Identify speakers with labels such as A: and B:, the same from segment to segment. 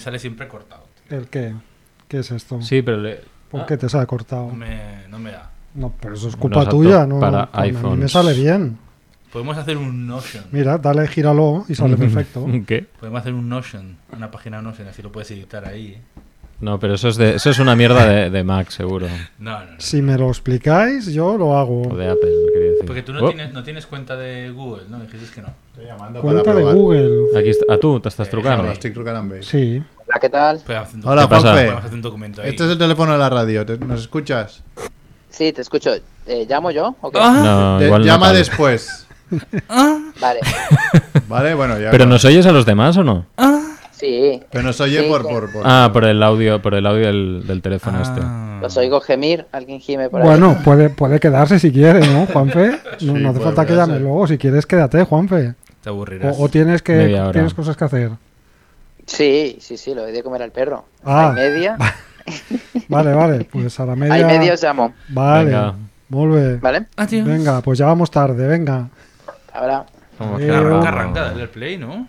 A: Sale siempre cortado. tío.
B: ¿El qué? ¿Qué es esto?
C: Sí, pero le...
B: ¿Por qué te se ha cortado?
A: No me, no me da.
B: No, pero eso es
C: Bueno,
B: culpa
C: exacto,
B: tuya, ¿no?
C: para
B: a mí me
C: iPhones.
B: sale bien.
A: Podemos hacer un Notion.
B: Mira, dale, gíralo y sale perfecto.
C: ¿Qué?
A: Podemos hacer un Notion, una página Notion, así lo puedes editar ahí. ¿eh?
C: No, pero eso es, de, eso es una mierda de, de Mac, seguro.
A: No, no, no.
B: Si me lo explicáis, yo lo
C: O
B: hago.
C: de Apple, quería decir.
A: Porque tú no
C: Oh,
A: tienes, no tienes cuenta de Google, ¿no? Dijiste que no.
D: Estoy llamando
B: Cuenta
D: para
B: de
D: probar.
B: Google.
C: Aquí está. Ah, tú te
A: Eh,
C: estás trucando.
D: No, estoy trucando en
B: Sí.
E: Hola, ¿qué tal?
A: Podemos hacer un
D: Hola,
A: documento-
C: Juanfe.
A: podemos hacer un documento ahí.
D: Este es el teléfono de la radio. ¿te- ¿Nos escuchas?
E: Sí, te escucho. Eh, ¿Llamo yo? ¿O qué?
C: No,
D: Ah, Te-
C: igual no
D: llama
C: tal.
D: después.
E: Vale.
D: ¿Vale? Bueno, ya.
C: ¿Pero nos oyes a los demás o no?
A: Ah,
E: Sí,
D: Pero nos oye
E: Sí,
D: por,
E: sí.
D: por, por-
C: Ah, por el audio, por el audio del, del teléfono este.
A: Ah.
E: los oigo gemir. Alguien gime por ahí.
B: Bueno, puede, puede quedarse si quiere, ¿no, Juanfe? No,
D: Sí,
B: no hace
D: puede
B: falta que
D: quedarse.
B: llame luego. Si quieres, quédate, Juanfe.
A: Te aburrirás.
B: O, o tienes, que,
C: Media hora.
B: tienes cosas que hacer.
E: Sí, sí, sí, lo he de comer al perro.
B: Ah.
E: Hay media.
B: Vale, vale. Pues a la media.
E: Hay media os llamo.
B: Vale.
C: Venga.
B: Vuelve.
E: ¿Vale?
A: Ah,
B: Venga, pues ya vamos tarde, venga.
E: Ahora.
C: este. Como
B: Eh,
C: que-
A: Arranca, arranca, dale al play, ¿no?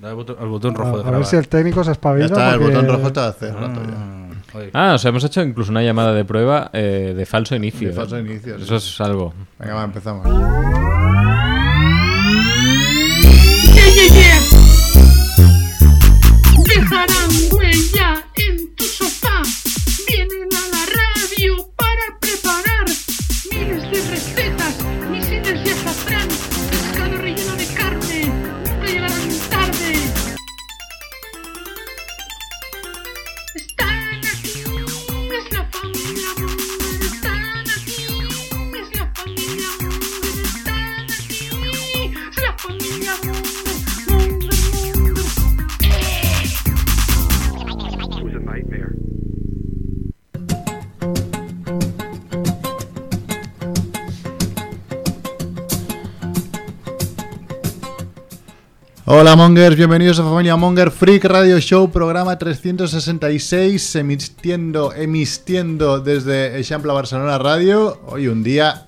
A: Dale al botón, al botón
B: A,
A: rojo de
B: a
A: grabar.
B: ver si el técnico se
D: Ya
B: espabila.
D: está, el
B: porque-
D: botón rojo está hace
A: Ah,
D: rato ya.
A: oye,
C: Ah, o sea, hemos hecho incluso una llamada de prueba eh, de falso inicio.
D: De falso inicio, sí.
C: Eso es algo.
D: Venga, va, empezamos.
F: Yeah, yeah, yeah. Dejarán huella en tu sofá. Vienen a la radio para preparar miles de recetas, misiles de azafrán, pescado relleno de carne. Nunca llegarán tarde. Están aquí, es la familia. Munger, Están aquí, es la familia. Munger, Están aquí, es la familia. Munger, Munger, Munger.
D: Hola Mongers, bienvenidos a Familia Monger Freak Radio Show, programa 366, emitiendo, emitiendo desde Eixample Barcelona Radio. Hoy un día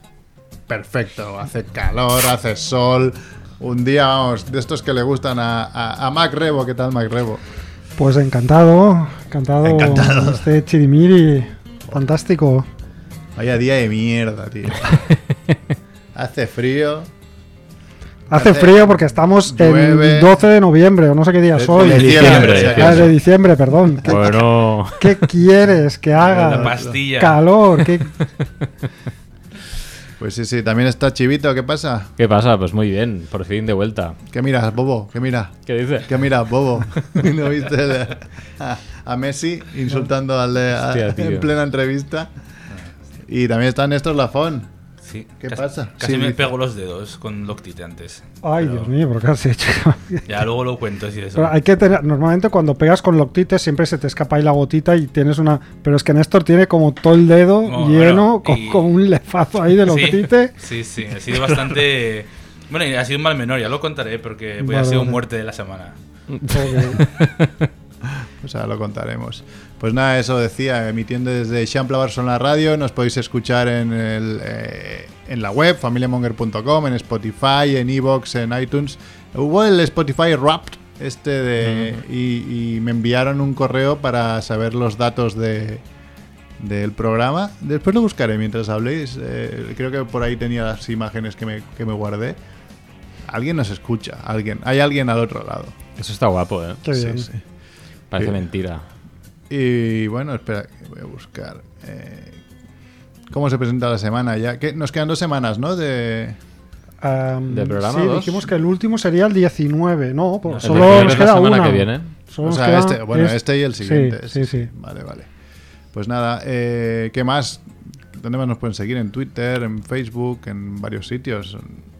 D: perfecto, hace calor, hace sol, un día, vamos, de estos que le gustan a, a, a Mac Rebo. ¿Qué tal Mac Rebo?
B: Pues encantado, encantado.
D: Encantado.
B: Este chirimiri, fantástico.
D: Vaya día de mierda, tío. hace frío.
B: Hace
D: Hace-
B: frío porque estamos
D: llueve.
B: en 12 de noviembre o no sé qué día
D: De-
B: soy.
D: de
C: diciembre,
D: o sea,
B: Ah, de
C: diciembre.
B: diciembre, perdón. ¿Qué,
C: Bueno,
B: qué quieres que
A: la
B: haga?
A: pastilla.
B: Calor. ¿qué-
D: Pues sí, sí, también está Chivito, ¿qué pasa?
C: ¿qué pasa? Pues muy bien, por fin de vuelta.
D: ¿Qué miras, Bobo? ¿Qué miras?
C: ¿Qué dices?
D: Que mira, bobo, ¿no viste el- a, a Messi insultando al de- a-
C: Hostia, tío.
D: en plena entrevista? Y también está Néstor Lafón.
A: Sí.
D: ¿Qué
A: Casi-
D: pasa?
A: Casi
D: Sí,
A: me
D: dice.
A: pego los dedos con Loctite antes.
B: Ay,
A: Pero
B: Dios mío, ¿por qué has hecho?
A: Ya luego lo cuento si eso.
B: Oh. Pero hay que tener, normalmente cuando pegas con Loctite siempre se te escapa ahí la gotita y tienes una... Pero es que Néstor tiene como todo el dedo
A: Bueno,
B: lleno
A: bueno,
B: con,
A: y-
B: con un lefazo ahí de Loctite.
A: Sí, sí, sí, ha sido bastante. Bueno, y ha sido un mal menor, ya lo contaré, porque pues,
B: Vale,
A: ha sido
B: vale.
A: muerte de la semana.
B: Joder.
D: O sea, lo contaremos. Pues nada, eso decía, emitiendo desde Champla Barcelona Radio. Nos podéis escuchar en, el, eh, en la web, familiamonger.com, en Spotify, en Evox, en iTunes. Hubo el Spotify Wrapped este de, y, y me enviaron un correo para saber los datos de, del programa. Después lo buscaré mientras habléis. Eh, creo que por ahí tenía las imágenes que me, que me guardé. Alguien nos escucha, alguien. Hay alguien al otro lado.
C: Eso está guapo, ¿eh?
B: Qué bien.
C: Parece
D: Sí.
C: mentira.
D: Y bueno, espera, que voy a buscar. eh, ¿Cómo se presenta la semana ya? que Nos quedan dos semanas, ¿no? De...
B: Am,
C: ¿Del programa
B: sí,
C: dos?
B: dijimos que el último sería el 19, ¿no? pues
C: El
B: solo
C: primero
B: nos
C: es la
B: queda
C: semana
B: una.
C: que viene.
B: Solo
D: o
B: nos
D: sea,
B: queda
D: este, bueno,
B: es-
D: este y el siguiente.
B: Sí, sí, sí.
D: Vale, vale. Pues nada, eh, ¿qué más? ¿Dónde más nos pueden seguir? En Twitter, en Facebook, en varios sitios.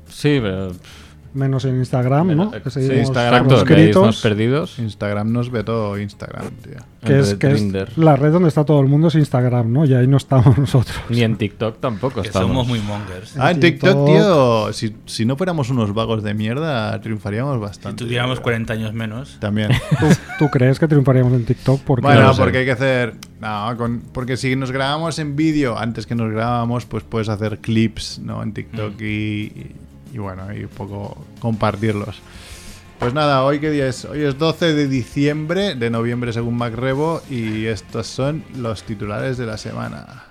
C: Sí, pero.
B: Menos en Instagram, ¿no? Pues
C: eh,
B: Que
C: sí,
B: seguimos
D: Instagram,
C: Exacto, que ahí
B: suscritos,
C: estamos perdidos.
D: Instagram nos ve todo Instagram, tío.
B: que es,
C: En
B: que es
C: Grindr.
B: la red donde está todo el mundo es Instagram, ¿no? Y ahí no estamos nosotros.
C: Ni en TikTok tampoco
A: que
C: estamos.
A: somos muy mongers.
D: Ah, en
B: TikTok.
D: TikTok, tío. Si, si no fuéramos unos vagos de mierda, triunfaríamos
A: Si
D: bastante.
A: tuviéramos
C: eh,
D: yo
A: 40 años menos.
D: creo. También.
B: ¿Tú, tú crees que triunfaríamos en TikTok? Porque
D: Bueno,
C: no sé.
D: porque hay que hacer. No, con- porque si nos grabamos en vídeo antes que nos grabábamos, pues puedes hacer
C: Mm.
D: clips, ¿no? En TikTok y, y- y bueno, y un poco compartirlos. Pues nada, hoy qué día es? Hoy es 12 de diciembre, de noviembre según Macrebo, y estos son los titulares de la semana.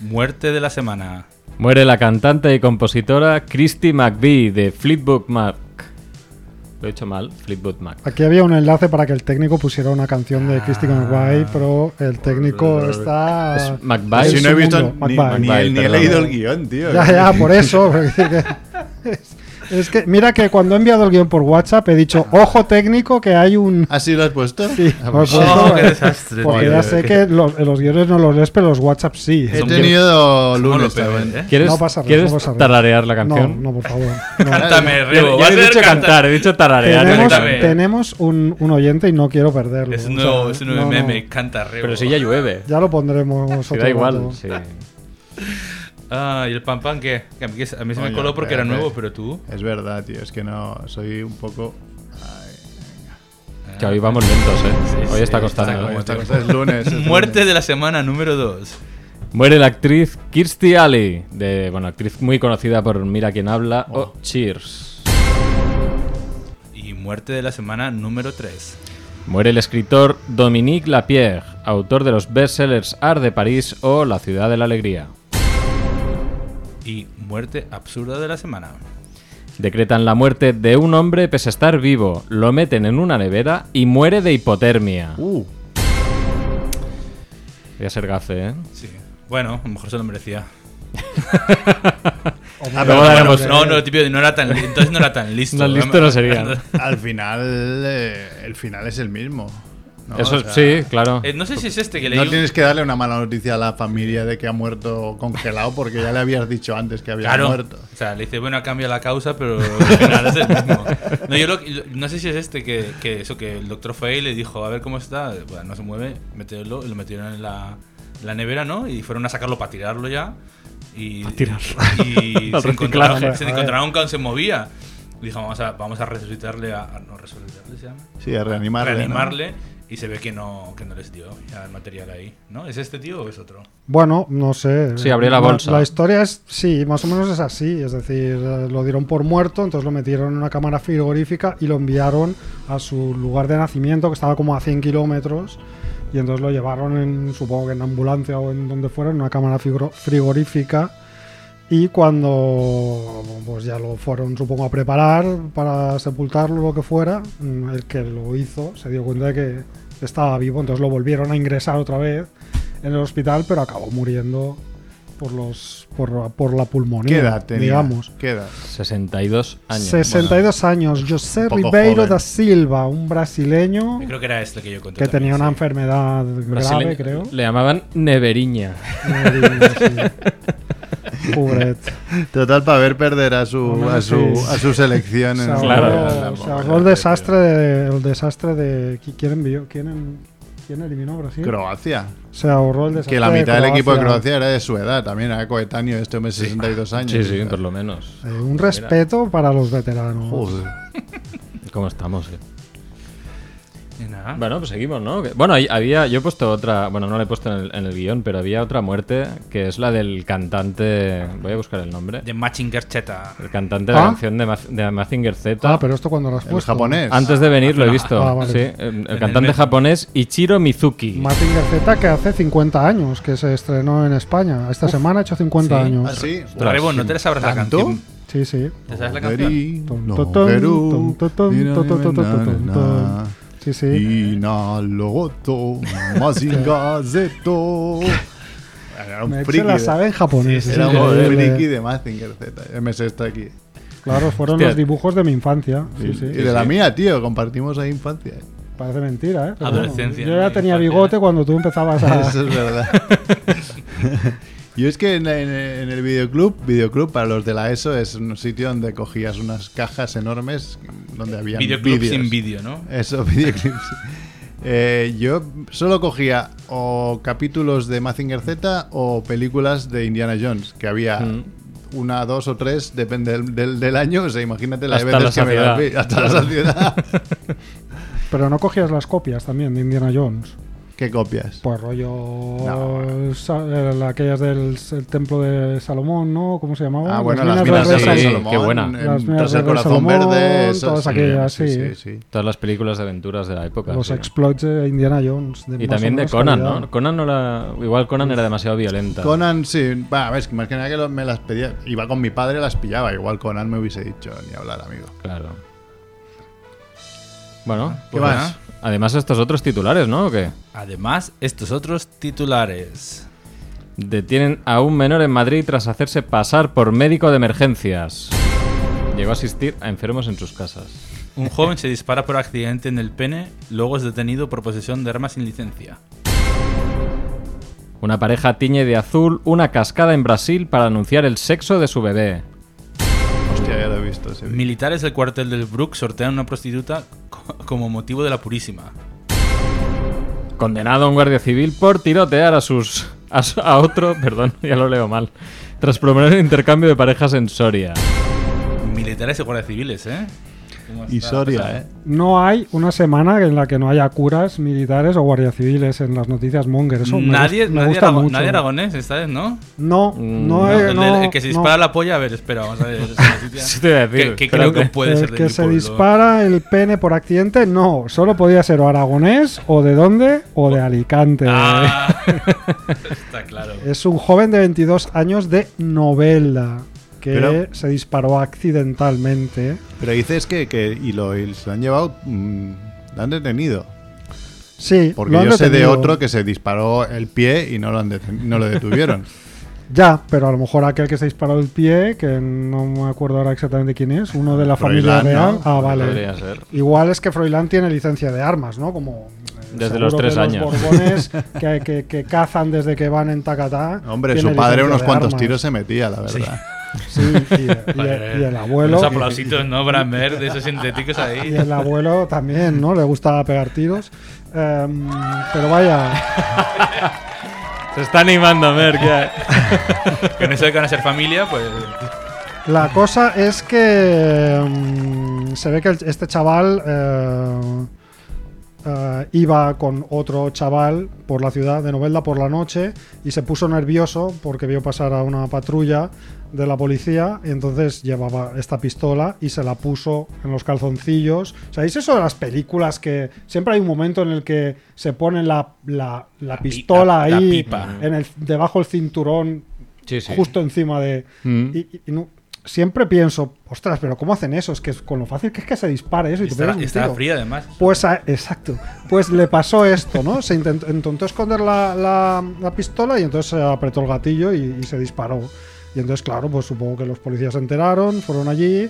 A: Muerte de la semana.
C: Muere la cantante y compositora Christy McVie de Fleetwood Mac. Lo he hecho mal, Fleetwood Mac.
B: Aquí había un enlace para que el técnico pusiera una canción de Christy McVie, pero el técnico está.
C: Ah. Es McVie.
B: en
D: si no he
B: su
D: visto
B: mundo,
D: ni,
B: McVie.
D: ni-
C: Bye,
D: ni he
C: perdona.
D: leído el guión, tío.
B: Ya, ya, por eso. porque- es, es que, mira que cuando he enviado el guión por WhatsApp he dicho, ojo técnico, que hay un.
D: ¿Así lo has puesto?
B: Sí,
D: Ah,
B: por
D: pues-
B: supuesto,
A: Oh, qué desastre,
B: Porque
A: tío.
B: eh, pues ya sé que los, los guiones no los lees, pero los WhatsApp sí. eh.
D: He
A: Son
D: tenido
A: somos
D: lunes
A: los peores,
D: también.
A: ¿eh?
C: ¿Quieres,
B: No pasa nada,
C: ¿quieres
B: no pasa nada.
C: tararear la
B: No,
C: canción?
B: no, por favor. no.
A: Cántame,
C: Ya-
A: Rebo.
C: ya
A: va a
C: he
A: ser
C: dicho
A: canta-
C: cantar, he dicho tararear.
A: Tenemos-
B: Tenemos,
A: Cuéntame.
B: tenemos un, un oyente y no quiero perderlo.
A: Es
B: o
A: un
B: sea,
A: nuevo, es un nuevo
B: no, no.
A: meme, canta Rebo.
C: Pero si ya llueve.
B: Ya lo pondremos
C: Si
B: otro
C: da igual.
B: rato.
C: sí.
A: Ah, ¿y el pan pan qué? Que a mí, que- a mí se me
D: Coño,
A: coló porque era
D: espérate.
A: nuevo, pero tú.
D: Es verdad, tío, es que no, soy un poco... Ay,
C: Que hoy vamos lentos, ¿eh?
A: Sí,
C: Hoy
A: sí,
C: está
A: está
C: costando.
A: como-
D: esta cosa es lunes. es
A: Muerte
D: lunes.
A: de la semana número 2.
C: Muere la actriz Kirstie Alley, de, bueno, actriz muy conocida por Mira quién habla o Cheers.
A: Y muerte de la semana número 3.
C: Muere el escritor Dominique Lapierre, autor de los bestsellers Art de París o La ciudad de la alegría.
A: Y muerte absurda de la semana.
C: Decretan la muerte de un hombre pese a estar vivo, lo meten en una nevera y muere de hipotermia.
D: Uh,
C: Voy a ser gafe, ¿eh?
A: Sí. Bueno, a lo mejor se lo merecía.
C: Ah,
A: Pero bueno,
C: daremos-
A: no, no, tío, no era tan, li- entonces no era tan listo. ¿eh?
C: Tan listo no sería.
D: al final, eh, el final es el mismo. ¿no?
C: Eso,
D: O sea,
C: sí, claro.
A: Eh, no sé si es este que leí.
D: No
A: un-
D: tienes que darle una mala noticia a la familia de que ha muerto congelado porque ya le habías dicho antes que había
A: Claro.
D: muerto.
A: O sea, le dice, bueno, cambia la causa, pero al final es el mismo. No, yo lo- lo- no sé si es este que, que eso, que el doctor fue ahí y le dijo, a ver cómo está. Bueno, no se mueve, mételo, y lo metieron en la, en la nevera, ¿no? Y fueron a sacarlo para tirarlo ya. Y,
C: tirarlo.
A: Y
C: Al
A: se
C: reciclaje.
A: encontraron, se
B: A ver.
A: encontraron que aún se movía. Y dijo, vamos a, vamos a resucitarle, a, a- no resucitarle, se llama.
D: Sí, a reanimarle. ¿no?
A: Reanimarle. Y se ve que no, que no les dio ya el material ahí, ¿no? ¿Es este tío o es otro?
B: Bueno, no sé.
C: Sí, abrí la bolsa.
B: La, historia es, sí, más o menos es así. Es decir, eh, lo dieron por muerto, entonces lo metieron en una cámara frigorífica y lo enviaron a su lugar de nacimiento, que estaba como a 100 kilómetros. Y entonces lo llevaron, en, supongo que en ambulancia o en donde fuera, en una cámara figro- frigorífica. Y cuando pues ya lo fueron, supongo, a preparar para sepultarlo, lo que fuera, mm, el que lo hizo se dio cuenta de que estaba vivo, entonces lo volvieron a ingresar otra vez en el hospital, pero acabó muriendo por los por, por la pulmonía,
D: ¿Qué edad tenía?
B: digamos.
D: ¿Qué edad?
C: 62 años.
B: 62 años, José
D: Un poco
B: Ribeiro
D: joven.
B: da Silva, un brasileño
A: Yo creo que era este que yo conté.
B: que
A: también,
B: tenía una
A: sí.
B: enfermedad
C: Brasileño.
B: grave, creo.
C: Le llamaban Neveriña.
B: Sí. Pobret.
D: Total, para ver perder a su,
B: No,
D: a su,
B: sí.
D: a su selección.
B: Se
D: en-
B: ahorró-
C: Claro.
B: se ahorró el desastre de, el desastre de qui- quién envió, quién, en- quién eliminó a Brasil.
D: Croacia.
B: se ahorró el desastre
D: Que la mitad
B: de
D: del equipo de Croacia era de su edad, también era coetáneo este hombre de 62 años.
C: Sí,
D: O
C: sí,
D: sea,
C: por lo menos.
B: Eh, un respeto para los veteranos.
D: joder.
C: ¿Cómo estamos? eh?
A: Y nada.
C: Bueno, pues seguimos, ¿no? Que- Bueno, ahí había, yo he puesto otra, bueno, no la he puesto en el, en el guión, pero había otra muerte que es la del cantante, voy a buscar el nombre,
A: De Machinger Cheta.
C: el cantante de la
B: ¿Ah?
C: canción de, Ma- de Mazinger Z.
B: Ah, pero esto cuando lo has
D: El
B: puesto.
D: japonés.
C: Antes de venir lo he visto.
B: Ah, vale.
C: Sí, el, el
A: el
C: cantante
A: metro.
C: japonés Ichiro Mizuki.
B: Martín Garceta, que hace 50 años que se estrenó en España. Esta semana ha hecho 50
A: sí.
B: años.
D: Ah, sí.
A: Ostras, Rebo, no te la sabrás la
D: ¿Tanto?
A: canción.
B: Sí, sí.
A: ¿Te sabes la canción?
D: Perú,
B: Tum,
D: no,
B: tum, tum,
D: Perú,
B: tum, tum,
D: ni na,
B: tum, tum,
D: ni na,
B: tum,
D: ni
B: tum,
D: na,
B: tum. Sí, sí.
D: Inalogoto, Mazinga Zeto. Era un
B: Me
D: friki.
B: se la
D: de-
B: sabe en japonés.
D: Era
B: es
D: un
B: increíble.
D: friki de Mazinger Z. MS está aquí.
B: Claro, fueron
C: Hostia.
B: los dibujos de mi infancia.
D: y,
B: Sí, sí.
D: y de la mía, tío. Compartimos ahí infancia. eh.
B: Parece mentira, ¿eh? Pero
A: Adolescencia,
B: bueno, yo ya
A: ¿no?
B: tenía
A: Infancia.
B: bigote cuando tú empezabas a...
D: Eso es verdad. Yo es que en, en- en el videoclub, videoclub para los de la ESO es un sitio donde cogías unas cajas enormes donde había
A: Videoclub
D: vídeos.
A: sin vídeo, ¿no?
D: Eso, videoclips. Eh, yo solo cogía o capítulos de Mazinger Z o películas de Indiana Jones, que había
C: Mm.
D: una, dos o tres, depende del, del- del año. O sea, imagínate la de
C: Hasta
D: veces
C: la
D: que me las vi.
C: saciedad.
D: Hasta la saciedad.
B: Pero no cogías las copias también de Indiana Jones.
D: ¿Qué copias?
B: Pues rollo.
D: No.
B: sa- eh, la- aquellas del s- el templo de Salomón, ¿no? ¿Cómo se llamaba?
D: Ah, bueno,
C: las
D: las
C: minas
D: minas
B: del
D: de
C: del
B: Rey
C: Rey
B: Salomón.
C: Salomón. qué buena.
D: en-
B: Las minas
D: Tras
B: del
D: el
B: Rey
D: corazón
B: Salomón,
D: verde. esas,
B: todas
D: sí,
B: aquellas,
D: sí,
B: sí.
D: sí, sí.
C: Todas las películas de aventuras de la época.
B: Los
C: sí.
B: exploits de Indiana Jones.
C: Y
B: más
C: también
B: o
C: de
B: menos
C: Conan,
B: calidad.
C: ¿no? Conan no era. Igual Conan era demasiado violenta.
D: Conan, sí. Va, ves, que más que nada que lo- me las pedía. Iba con mi padre, las pillaba. Igual Conan me hubiese dicho ni hablar, amigo.
C: Claro. Bueno,
D: ¿Qué
A: Pues
D: más?
A: nada.
C: además estos otros titulares, ¿no? ¿O qué?
A: Además, estos otros titulares.
C: Detienen a un menor en Madrid tras hacerse pasar por médico de emergencias. Llegó a asistir a enfermos en sus casas.
A: Un joven se dispara por accidente en el pene, luego es detenido por posesión de armas sin licencia.
C: Una pareja tiñe de azul una cascada en Brasil para anunciar el sexo de su bebé.
D: Hostia, ya lo he visto. ese vídeo.
A: Militares del cuartel del Brook sortean una prostituta co- como motivo de la purísima.
C: Condenado a un guardia civil por tirotear a sus. a, su- a otro. Perdón, ya lo leo mal. Tras proponer el intercambio de parejas en Soria.
A: Militares y guardias civiles, ¿eh? ¿Cómo
D: Y
A: está la
D: Soria,
A: cosa?
D: ¿eh?
B: No hay una semana en la que no haya curas militares o guardias civiles en las noticias Monger. Eso me
A: Nadie,
B: gust- me,
A: nadie,
B: gusta
A: arago-
B: mucho.
A: nadie aragonés esta vez, ¿no?
B: No,
C: Mm,
B: no,
A: No,
B: eh,
A: el,
B: no,
A: del- el que se
B: no.
A: dispara la polla, a ver, espera, vamos a ver. es una noticia
C: Sí, te iba a decir,
A: que- que creo que
C: espérate.
A: puede ser
B: el
A: de
B: que
A: mi
B: se
A: pueblo.
B: dispara el pene por accidente, no. Solo podía ser o aragonés, o de dónde, o de Alicante.
A: Ah, está claro.
B: Es un joven de 22 años de novela que
D: Pero-
B: se disparó accidentalmente.
D: Pero dices que, que y lo, y se lo han llevado, mm, lo han detenido.
B: Sí,
D: Porque
B: lo han
D: yo sé de
B: detenido.
D: otro que se disparó el pie y no lo, han deten- no lo detuvieron.
B: Ya, pero a lo mejor aquel que se disparó el pie, que no me acuerdo ahora exactamente quién es, uno de la familia
D: Froilán,
B: real.
D: ¿no?
B: Ah, vale.
C: Podría ser.
B: Igual es que Froilán tiene licencia de armas, ¿no? Como eh,
C: Desde
B: seguro
C: los
B: que
C: tres años.
B: Borbones que, que- que cazan desde que van en Tacatá.
D: Hombre,
B: tiene
D: su padre
B: licencia
D: unos
B: de
D: cuantos
B: armas.
D: tiros se metía, la verdad.
B: Sí, y, y- y el abuelo.
A: Los aplausitos, ¿no? Bran Mer, de esos sintéticos ahí.
B: Y el abuelo también, ¿no? Le gustaba pegar tiros. Em, pero vaya,
C: Se está animando, Merck. ya.
A: Que no sé que van a ser familia, pues.
B: la cosa es que em, se ve que el- este chaval eh, eh, iba con otro chaval por la ciudad de Novelda por la noche y se puso nervioso porque vio pasar a una patrulla de la policía y entonces llevaba esta pistola y se la puso en los calzoncillos. ¿Sabéis eso de las películas que siempre hay un momento en el que se pone la, la- la
A: pi-
B: pistola
A: la- la
B: ahí
A: pipa.
B: en el, debajo del cinturón
C: Sí, sí.
B: justo encima de.
C: Mm.
B: Y, y- y no- siempre pienso, ostras, pero ¿cómo hacen eso? Es que es- con lo fácil que es que se dispare eso y, te
A: Está,
B: pegas un
A: está
B: tiro.
A: fría, además.
B: Pues, a- exacto. Pues le pasó esto, ¿no? Se intentó, intentó esconder la, la- la pistola y entonces se apretó el gatillo y, y se disparó. Y entonces, claro, pues supongo que los policías se enteraron, fueron allí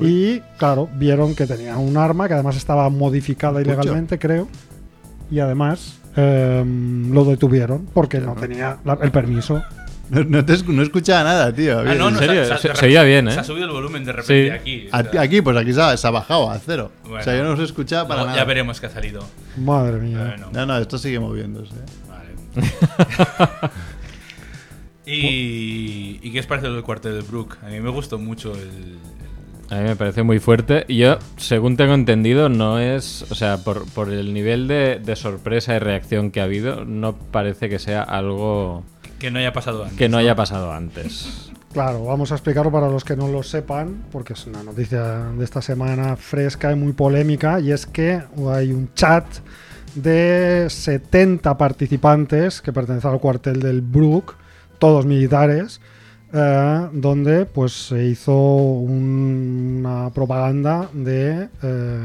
B: y, claro, vieron que tenía un arma que además estaba modificada
D: Pucho.
B: ilegalmente, creo. Y además em, lo detuvieron porque no tenía la- el permiso.
D: No, no te esc- no escuchaba nada, tío.
A: Ah,
D: Bien.
C: no, serio, se- se oía bien, ¿eh?
A: Se ha subido el volumen de repente
C: Sí.
A: aquí. o
D: A-
A: sea,
D: Aquí, pues aquí se ha, se ha bajado a cero.
A: Bueno.
D: o sea, yo no os escuchaba para
A: luego
D: nada.
A: Ya veremos qué ha salido.
B: Madre mía.
A: Bueno,
D: No, no, esto sigue moviéndose. ¿eh?
A: vale. y, ¿Y qué os parece lo del cuartel de Brook? A mí me gustó mucho el.
C: A mí me parece muy fuerte. Y yo, según tengo entendido, no es. O sea, por, por el nivel de, de sorpresa y reacción que ha habido, no parece que sea algo
A: Que no haya pasado antes.
C: que no haya pasado antes.
B: Claro, vamos a explicarlo para los que no lo sepan, porque es una noticia de esta semana fresca y muy polémica, y es que hay un chat de 70 participantes que pertenecen al cuartel del Brook, todos militares, eh, donde pues se hizo un- una propaganda de eh,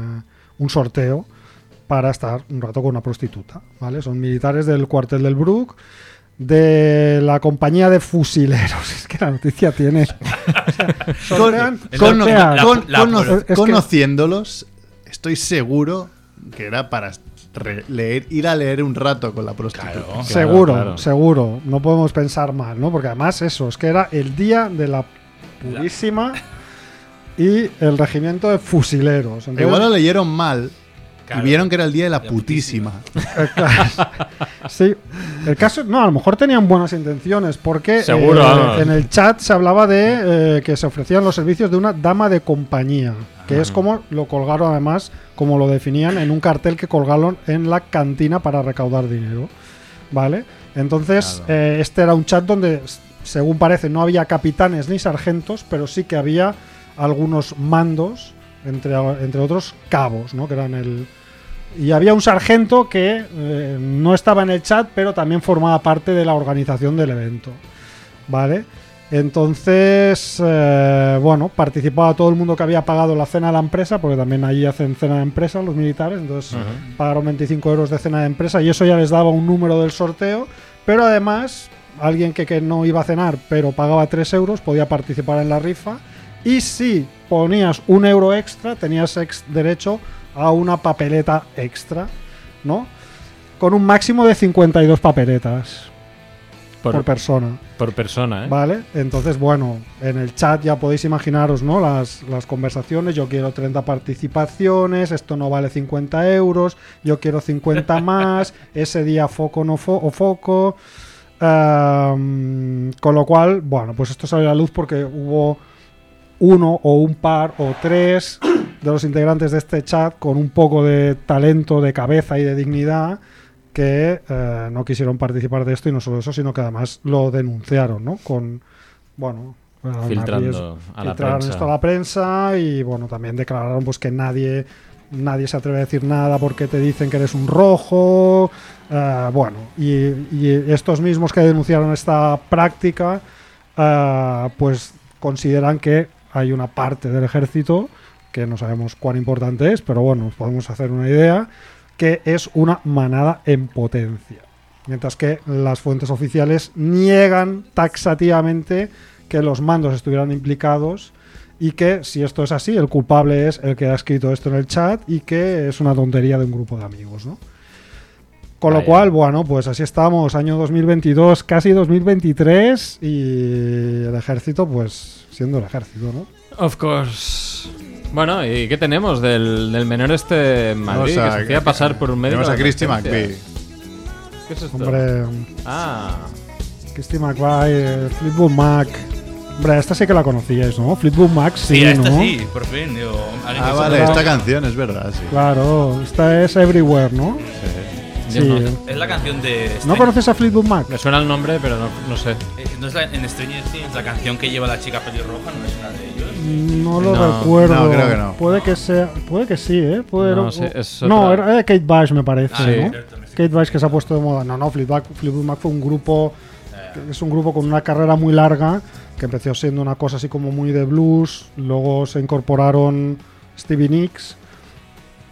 B: un sorteo para estar un rato con una prostituta, ¿vale? Son militares del cuartel del Brook, de la compañía de fusileros. Es que la noticia tiene. o sea, sortean-
A: Es la-
D: Cono-
B: sortean.
A: la-
D: con-
A: la-
D: cono-
B: es que-
D: conociéndolos, estoy seguro que era para re- leer, ir a leer un rato con la prostituta.
A: Claro.
B: Seguro,
C: claro.
B: seguro. No podemos pensar mal, ¿no? Porque además eso, es que era el día de la purísima y el regimiento de fusileros. Entonces,
D: Igual lo leyeron mal
A: Claro.
D: y vieron que era el día de la
A: La
D: putísima.
A: putísima.
B: Sí, El caso, no, a lo mejor tenían buenas intenciones, porque eh,
C: Seguro, vamos.
B: en el chat se hablaba de eh, que se ofrecían los servicios de una dama de compañía, que
C: Ah.
B: es como lo colgaron además, como lo definían en un cartel que colgaron en la cantina para recaudar dinero. ¿Vale? Entonces, eh, este era un chat donde, s- según parece, no había capitanes ni sargentos, pero sí que había algunos mandos, entre, entre otros cabos, ¿no? Que eran el. Y había un sargento que eh, no estaba en el chat, pero también formaba parte de la organización del evento. ¿Vale? Entonces, eh, bueno, participaba todo el mundo que había pagado la cena de la empresa, porque también allí hacen cena de empresa los militares, entonces pagaron 25 euros de cena de empresa y eso ya les daba un número del sorteo, pero además alguien que, que no iba a cenar pero pagaba 3 euros podía participar en la rifa y si ponías un euro extra tenías ex- derecho a una papeleta extra, ¿no? Con un máximo de 52 papeletas
C: Por,
B: por persona.
C: por persona, ¿eh?
B: Vale, entonces bueno, en el chat ya podéis imaginaros, ¿no? Las, las conversaciones, yo quiero 30 participaciones, esto no vale 50 euros, yo quiero 50 más, ese día foco no fo- o foco. Ehm, con lo cual, bueno, pues esto salió a la luz porque hubo uno o un par o tres de los integrantes de este chat con un poco de talento, de cabeza y de dignidad que eh, no quisieron participar de esto y no solo eso, sino que además lo denunciaron, ¿no? Con, bueno, además
C: Filtrando
B: ellos
C: a la
B: filtraron
C: prensa.
B: esto a la prensa y bueno, también declararon pues que nadie nadie se atreve a decir nada porque te dicen que eres un rojo, eh, bueno, y, y estos mismos que denunciaron esta práctica, eh, pues consideran que hay una parte del ejército que no sabemos cuán importante es, pero bueno, nos podemos hacer una idea, que es una manada en potencia. Mientras que las fuentes oficiales niegan taxativamente que los mandos estuvieran implicados y que si esto es así, el culpable es el que ha escrito esto en el chat y que es una tontería de un grupo de amigos, ¿no? Con lo
C: Vaya.
B: cual, bueno, pues así estamos, año 2022, casi 2023 y el ejército, pues siendo el ejército, ¿no?
C: Of course. Bueno, ¿y qué tenemos del, del menor este en Madrid
D: Tenemos a-
C: que se hacía pasar por un médico?
D: Tenemos a
C: de
D: Christy McVie.
C: emergencias? ¿Qué es esto?
B: Hombre,
C: Ah,
B: Christy McVie, Flipbook Mac. Hombre, esta sí que la conocíais, ¿no? Flipbook Mac, sí,
A: Sí, a esta
B: ¿no?
A: sí, por fin. digo, alguien
D: Ah,
A: que
D: vale,
A: sepa-
D: esta canción es verdad, sí.
B: Claro, esta es Everywhere, ¿no?
C: yo
B: Sí.
C: no,
A: Es la canción de.
B: ¿No
A: Stranger-
B: conoces a Fleetwood Mac?
C: me suena el nombre, pero no, no sé.
A: eh, no es la- en Stranger Things la canción que lleva la chica pelirroja, no es una de ellos.
B: No lo
C: No,
B: recuerdo.
D: no, creo que no.
B: Puede que sea, puede que sí, ¿eh? Puede
C: No
B: o-
C: sé, es
B: No,
C: otra-
B: era de Kate Bush me parece,
A: Ah,
C: sí.
B: ¿no?
A: cierto, me estoy
B: Kate Bush que se ha puesto de moda. No, no, Fleetwood Mac, Fleetwood Mac fue un grupo es un grupo con una carrera muy larga que empezó siendo una cosa así como muy de blues, luego se incorporaron Stevie Nicks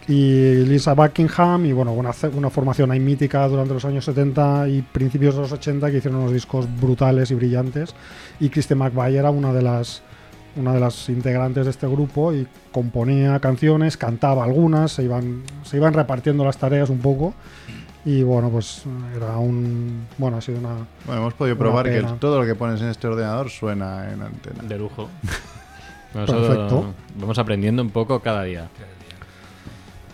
B: y Lisa Buckingham y bueno, una, ce- una formación ahí mítica durante los años 70 y principios de los 80 que hicieron unos discos brutales y brillantes y Kristen McVie era una de las una de las integrantes de este grupo y componía canciones, cantaba algunas, se iban se iban repartiendo las tareas un poco y bueno, pues era un bueno, ha sido una
D: Bueno, hemos podido
B: Una
D: probar que
B: pena.
D: todo lo que pones en este ordenador suena en antena.
C: De lujo.
B: Perfecto.
C: Vamos aprendiendo un poco cada día.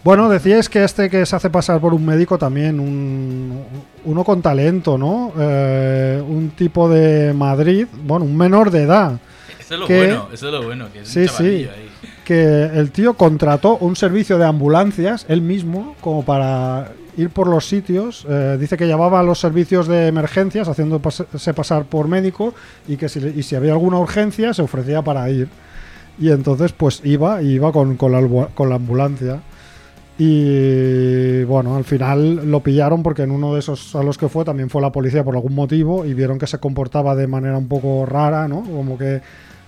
B: Bueno, decíais que este que se hace pasar por un médico también, un, uno con talento, ¿no? Eh, un tipo de Madrid, bueno, un menor de edad,
A: Eso es lo
B: que-
A: bueno, eso es lo bueno, que es
B: Sí,
A: un
B: sí.
A: chavalillo ahí.
B: que el tío contrató un servicio de ambulancias, él mismo, como para ir por los sitios. Eh, dice que llevaba los servicios de emergencias, haciéndose pasar por médico, y que si, le- y si había alguna urgencia se ofrecía para ir. Y entonces pues iba, y iba con, con la, albu- con la ambulancia. Y bueno, al final lo pillaron porque en uno de esos a los que fue también fue la policía por algún motivo y vieron que se comportaba de manera un poco rara, ¿no? Como que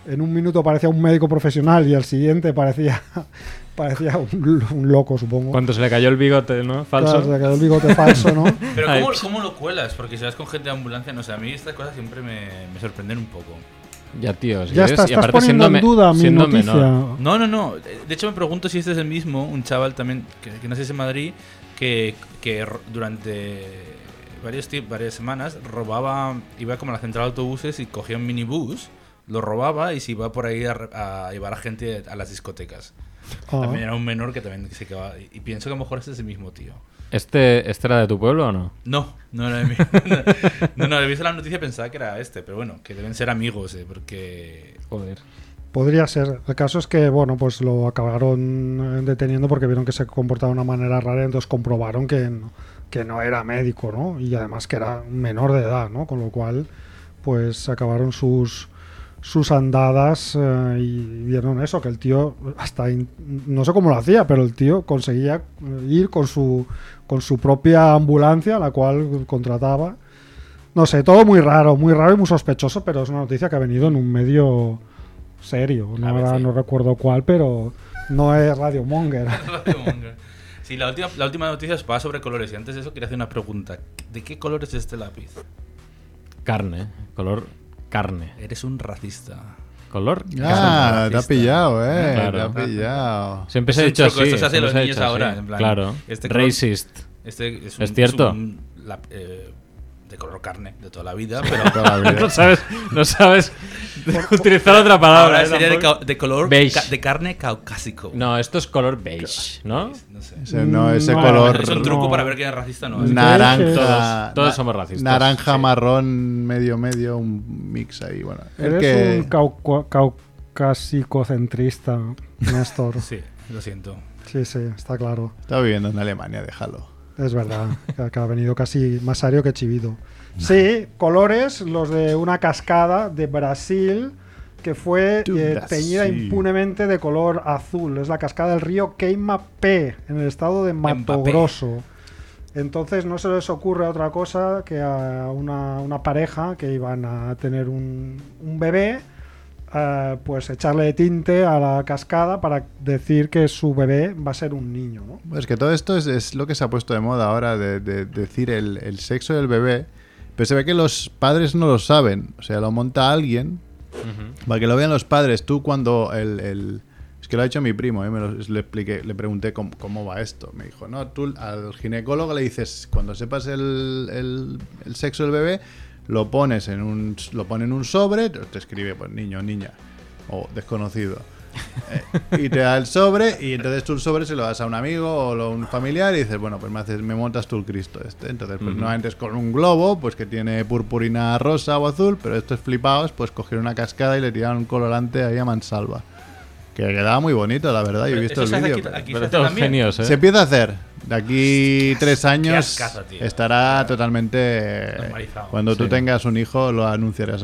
B: en un minuto parecía un médico profesional y al siguiente parecía, parecía un, un loco, supongo.
C: Cuando se le cayó el bigote, ¿no? Falso.
B: Claro, se le quedó el bigote falso, ¿no?
A: Pero
C: Ay,
A: ¿cómo,
C: pss.
A: ¿cómo lo cuelas? Porque si vas con gente de ambulancia, no sé, a mí estas cosas siempre me, me sorprenden un poco.
C: Ya, tío. si
B: ya
C: ves,
B: está,
C: y
B: estás
C: aparte
B: poniendo
C: siendo me-
B: en duda mi
C: siendo
B: noticia.
C: menor.
A: No, no, no. De hecho, me pregunto si este es el mismo, un chaval también que, que nace en Madrid, que, que ro- durante varios ti- varias semanas robaba, iba como a la central de autobuses y cogía un minibús, lo robaba y se iba por ahí a, re- a llevar a gente a las discotecas.
B: Ah.
A: También era un menor que también se quedaba. Y, y pienso que a lo mejor este es el mismo tío.
C: ¿Este, este era de tu pueblo o no?
A: No, no era de mí. No, no, le visto la noticia y pensaba que era este, pero bueno, que deben ser amigos, eh, porque.
C: Joder.
B: Podría ser. El caso es que, bueno, pues lo acabaron eh, deteniendo porque vieron que se comportaba de una manera rara, entonces comprobaron que no, que no era médico, ¿no? Y además que era un menor de edad, ¿no? Con lo cual, pues acabaron sus sus andadas eh, y vieron eso, que el tío hasta in- no sé cómo lo hacía, pero el tío conseguía eh, ir con su con su propia ambulancia, la cual contrataba. No sé, todo muy raro, muy raro y muy sospechoso, pero es una noticia que ha venido en un medio serio. No,
A: ABC.
B: ahora no recuerdo cuál, pero no es Radio Monger.
A: Sí, la última, la última noticia va sobre colores. Y antes de eso quería hacer una pregunta. ¿De qué color es este lápiz?
C: Carne. Color carne.
A: Eres un racista.
C: Color
D: Ah, te ha
A: racista.
D: pillado, eh.
C: Claro.
D: Te ha pillado.
C: Siempre se
A: Es
C: ha
A: un
C: dicho
A: choco,
C: así.
A: esto se hace
C: siempre
A: los
C: se ha
A: niños
C: dicho
A: ahora,
C: así.
A: en plan,
C: claclaro.
A: este color-
C: Racist.
A: Este es,
C: ¿Es cierto?
A: un la- eh, de color carne de toda la vida, pero
D: Toda la vida.
C: No sabes, no sabes utilizar otra palabra.
A: ahora
C: ¿eh?
A: sería de,
C: Tampoco.
A: ca- de color
C: Beige.
A: ca- de carne caucásico.
C: No, esto es color beige, ¿no?
A: No sé.
D: Ese, no, ese
B: No,
D: color.
A: Es un
B: No.
A: truco para ver quién es racista, ¿no?
B: Na-
D: Naranja.
C: Todos- todos
D: na-
C: somos racistas.
D: Naranja,
C: Sí.
D: marrón, medio, medio, un mix ahí. Bueno, el
B: Eres
D: que.
B: un cauca- caucásico-centrista, Néstor.
A: Sí, lo siento.
B: Sí, sí, está claro.
D: Está viviendo en Alemania, déjalo.
B: Es verdad, que- que ha venido casi más serio que chivido. Sí, colores, los de una cascada de Brasil que fue
D: De
B: eh, teñida
D: Brasil.
B: impunemente de color azul. Es la cascada del río Queimapé, en el estado de Mato
A: Mapé.
B: Grosso. Entonces no se les ocurre otra cosa que a una, una pareja que iban a tener un, un bebé, eh, pues echarle tinte a la cascada para decir que su bebé va a ser un niño, ¿no?
D: Pues que todo esto es, es lo que se ha puesto de moda ahora, de, de decir el, el sexo del bebé. Pero se ve que los padres no lo saben. O sea, lo monta alguien para que lo vean los padres. Tú cuando el... el- es que lo ha hecho mi primo, ¿eh? Me lo- le, expliqué, le pregunté cómo, cómo va esto. Me dijo, no, tú al ginecólogo le dices, cuando sepas el, el- el sexo del bebé, lo pones en un, lo pone en un sobre, te escribe, pues niño, niña, o desconocido. Eh, y te da el sobre y entonces tú el sobre se lo das a un amigo o lo- un familiar y dices, bueno, pues me, haces, me montas tú el Cristo este. Entonces, pues normalmente es con un globo, pues que tiene purpurina rosa o azul, pero estos flipados pues cogieron una cascada y le tiraron un colorante ahí a mansalva. Que quedaba muy bonito, la verdad, yo
A: Pero
D: he visto el
A: eso se hace
D: vídeo.
A: aquí-
D: pero-
A: aquí se
C: Pero
A: hace
C: todos
A: también.
C: genios, ¿eh?
D: Se empieza a hacer. De aquí tres años
A: ascazo, tío.
D: estará totalmente...
A: Normalizado.
D: Cuando tú
C: Sí.
D: tengas un hijo lo anunciarás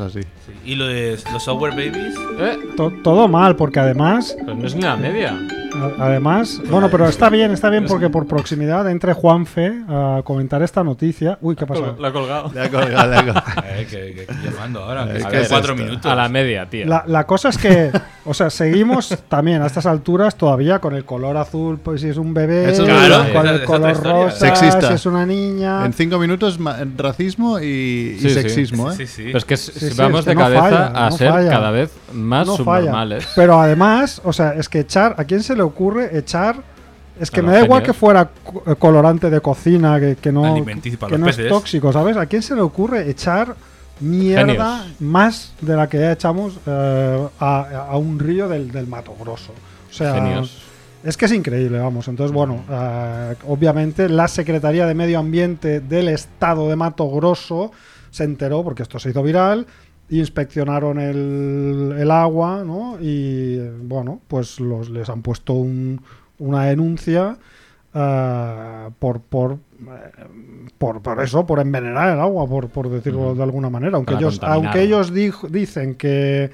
D: así.
A: Sí. Y lo de los software babies.
C: Eh,
B: To- todo mal, porque además,
C: Pues no es ni la media.
B: a- además, bueno, pero está bien, está bien, porque por proximidad entre Juanfe a comentar esta noticia. Uy, ¿qué ha pasado?
C: Lo ha colgado.
D: Le ha colgado, le ha colgado.
A: A ver, Eh, que, que- que llamando ahora.
D: Es
A: Que
D: que
A: quedan
D: es
A: cuatro
D: esto.
A: minutos.
C: A la media, tío.
B: La, la cosa es que, o sea, seguimos también a estas alturas todavía con el color azul, pues si es un bebé,
D: Eso es verdad.
B: con
A: Esa-
B: el
A: esa
B: color
A: es otra historia.
B: rosa,
D: Sexista.
B: si es una niña.
D: En cinco minutos, ma- racismo y, y
C: Sí, sí.
D: sexismo, ¿eh?
A: Sí, sí.
C: Pero es que
B: sí,
C: si
B: es
C: vamos
B: que
C: de
B: no
C: cabeza
B: falla,
C: a
B: no
C: ser
B: falla.
C: cada vez más
B: no falla.
C: subnormales.
B: Pero además, o sea, es que echar, ¿a quién se le ocurre echar? Es que
C: A
B: me
C: los
B: da igual
C: genios.
B: que fuera co- eh, colorante de cocina, que, que no,
A: Alimenticio para
B: que
A: los
B: no es
A: peces.
B: tóxico, ¿sabes? ¿A quién se le ocurre echar mierda
C: Genios.
B: más de la que ya echamos eh, a, a un río del, del Mato Grosso? O sea,
C: Genios.
B: es que es increíble, vamos. Entonces, bueno, eh, obviamente la Secretaría de Medio Ambiente del Estado de Mato Grosso se enteró, porque esto se hizo viral, inspeccionaron el, el agua, ¿no? Y eh, bueno, pues los, les han puesto un- una denuncia eh, por, por, eh, por, por eso, por envenenar el agua, por, por decirlo de alguna manera. Aunque
C: Para
B: ellos,
C: contaminarla.
B: aunque ellos dijo- dicen que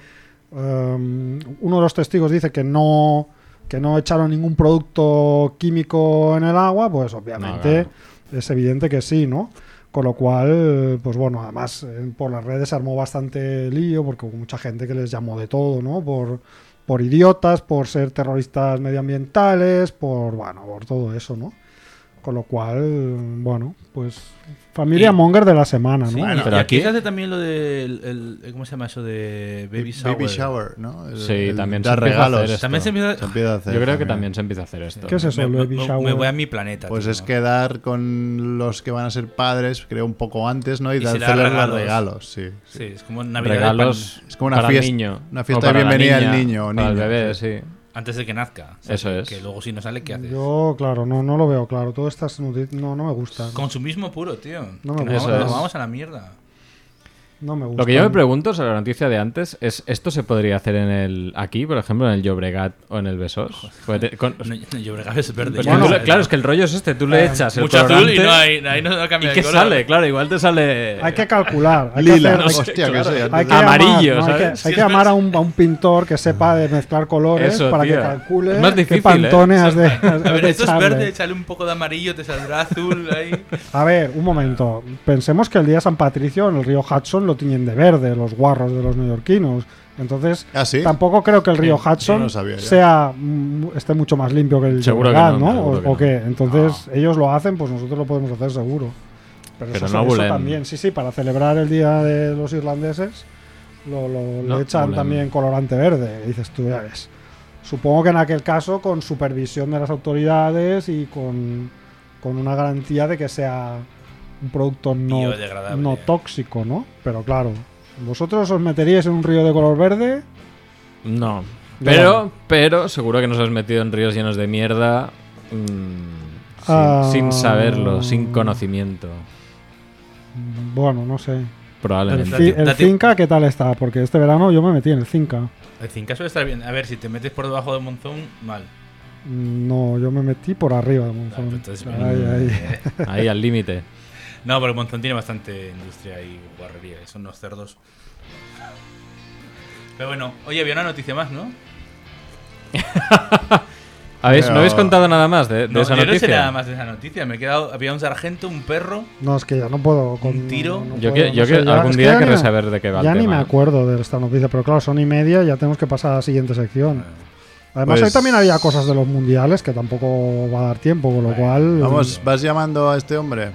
B: Um, uno de los testigos dice que no que no echaron ningún producto químico en el agua, pues obviamente
C: No,
B: es evidente que sí, ¿no? Con lo cual, pues bueno, además eh, por las redes se armó bastante lío porque hubo mucha gente que les llamó de todo, ¿no? Por, por idiotas, por ser terroristas medioambientales, por, bueno, por todo eso, ¿no? Con lo cual, bueno, pues familia
A: Y-
B: Monger de la semana, ¿no?
A: Sí, y-
C: pero
A: Ah, y
C: aquí-
A: aquí se hace también lo del. el- ¿Cómo se llama eso de baby shower?
D: ¿no? El-
C: Sí,
D: el
C: también se
D: dar
C: empieza a hacer
D: regalos.
C: esto.
A: También se empieza-
D: empieza a hacer
C: Yo creo que también se empieza a hacer esto.
B: ¿Qué es eso,
A: me,
B: el
A: me-
B: baby
A: me-
B: shower?
A: me voy a mi planeta.
D: Pues
A: tío.
D: es quedar con los que van a ser padres, creo, un poco antes, ¿no? Y,
A: Y se le da
D: hacerles regalos.
A: regalos.
D: regalos, sí.
A: Sí, es como Navidad.
C: Regalos
D: Es como una
C: para el
D: fiesta-
C: niño.
D: una fiesta
C: O
D: de
C: para la
D: bienvenida al
C: niña,
D: niño o
C: para el
D: niña,
C: bebé,
D: sí.
C: sí.
A: antes de que nazca.
C: Eso
A: que-
C: es.
A: Que luego si no sale, ¿qué haces?
B: Yo, claro, no, no lo veo claro. Todas estas noticias no, no me gustan.
A: Consumismo puro, tío.
B: No
A: Que
B: me
A: nos, vamos,
C: gusta. Eso
A: nos
C: es.
A: vamos a la mierda.
B: No me gustan.
C: Lo que yo me pregunto sobre la noticia de antes es, ¿esto se podría hacer en el aquí, por ejemplo, en el Llobregat o en el Besós? Porque te- con-
A: No, no, yo creo que es verde.
C: porque
A: ya.
C: tú le- claro, es Pues que el rollo es este, tú le
B: eh,
C: echas el
A: mucho azul y
C: colorante
A: no hay, ahí no, no cambia
C: ¿Y
A: de
C: qué
A: color.
C: sale? Claro, igual te sale...
B: Hay que calcular. Hay que
D: Lila,
B: hacer-
D: no sé, hostia, que sé,
B: Hay que
C: Amarillo,
B: llamar, ¿no? Hay que-
C: ¿sabes?
B: Hay que llamar a un, a un pintor que sepa de mezclar colores
C: Eso,
B: para que
C: tío.
B: calcule
C: Es más
B: qué
C: difícil,
B: pantones
C: ¿eh?
B: has de,
A: A ver,
B: de
A: esto es
B: echarle.
A: verde, sale un poco de amarillo, te saldrá azul ahí.
B: A ver, un momento. Pensemos que el día de San Patricio en el río Hudson lo tiñen de verde los guarros de los neoyorquinos. Entonces,
D: Ah, sí.
B: tampoco creo que el río
D: Sí, yo
B: Hudson
D: no sabía ya.
B: sea mm, esté mucho más limpio que el
C: Seguro
B: Llobregat,
C: que no,
B: ¿no?
C: seguro
B: o,
C: que
B: o
C: no.
B: qué? Entonces, ellos lo hacen, pues nosotros lo podemos hacer seguro. Pero,
C: Pero
B: eso,
C: no
B: eso
C: bulen.
B: también, sí, sí, para celebrar el Día de los Irlandeses lo, lo-
C: No,
B: le echan
C: bulen.
B: también colorante verde. Y dices tú, ya ves. Supongo que en aquel caso con supervisión de las autoridades y con, con una garantía de que sea un producto no,
A: Biodegradable.
B: no tóxico, ¿no? Pero claro, ¿vosotros os meteríais en un río de color verde?
C: No.
B: Ya.
C: Pero, pero seguro que nos has metido en ríos llenos de mierda mm, sin,
B: Ah.
C: sin saberlo, sin conocimiento,
B: Bueno, no sé. El,
C: probablemente.
B: ci- el
A: Date-
B: Cinca, ¿qué tal está? Porque este verano yo me metí en el Cinca.
A: El Cinca suele estar bien. A ver, si te metes por debajo de Monzón, mal.
B: No, yo me metí por arriba de
A: Ah, pues
B: Monzón.
A: entonces,
B: Ay, ay.
C: Ahí al límite.
A: No, porque Monzón tiene bastante industria y guarrería. y Son unos cerdos. Pero bueno, oye, había una noticia más, ¿no?
C: ¿Habéis-
D: Pero-
C: ¿No habéis contado nada más de, de
A: No,
C: esa
A: yo no
C: noticia?
A: sé nada más de esa noticia. Me he quedado. Había un sargento, un perro.
B: No, es que ya no puedo. Con,
A: Un tiro.
B: no
C: Yo,
B: puedo,
C: que,
B: no
C: yo
B: sé,
C: que
B: ya-
C: algún
B: es que
C: día
B: ya
C: querré
B: ni-
C: saber de qué va el
B: Ya ni
C: tema,
B: me
C: ¿eh?
B: acuerdo de esta noticia, pero claro, son y media, ya tenemos que pasar a la siguiente sección. Además,
D: Pues-
B: hoy también había cosas de los mundiales que tampoco va a dar tiempo, con lo cual.
D: Vamos, vas llamando a este hombre.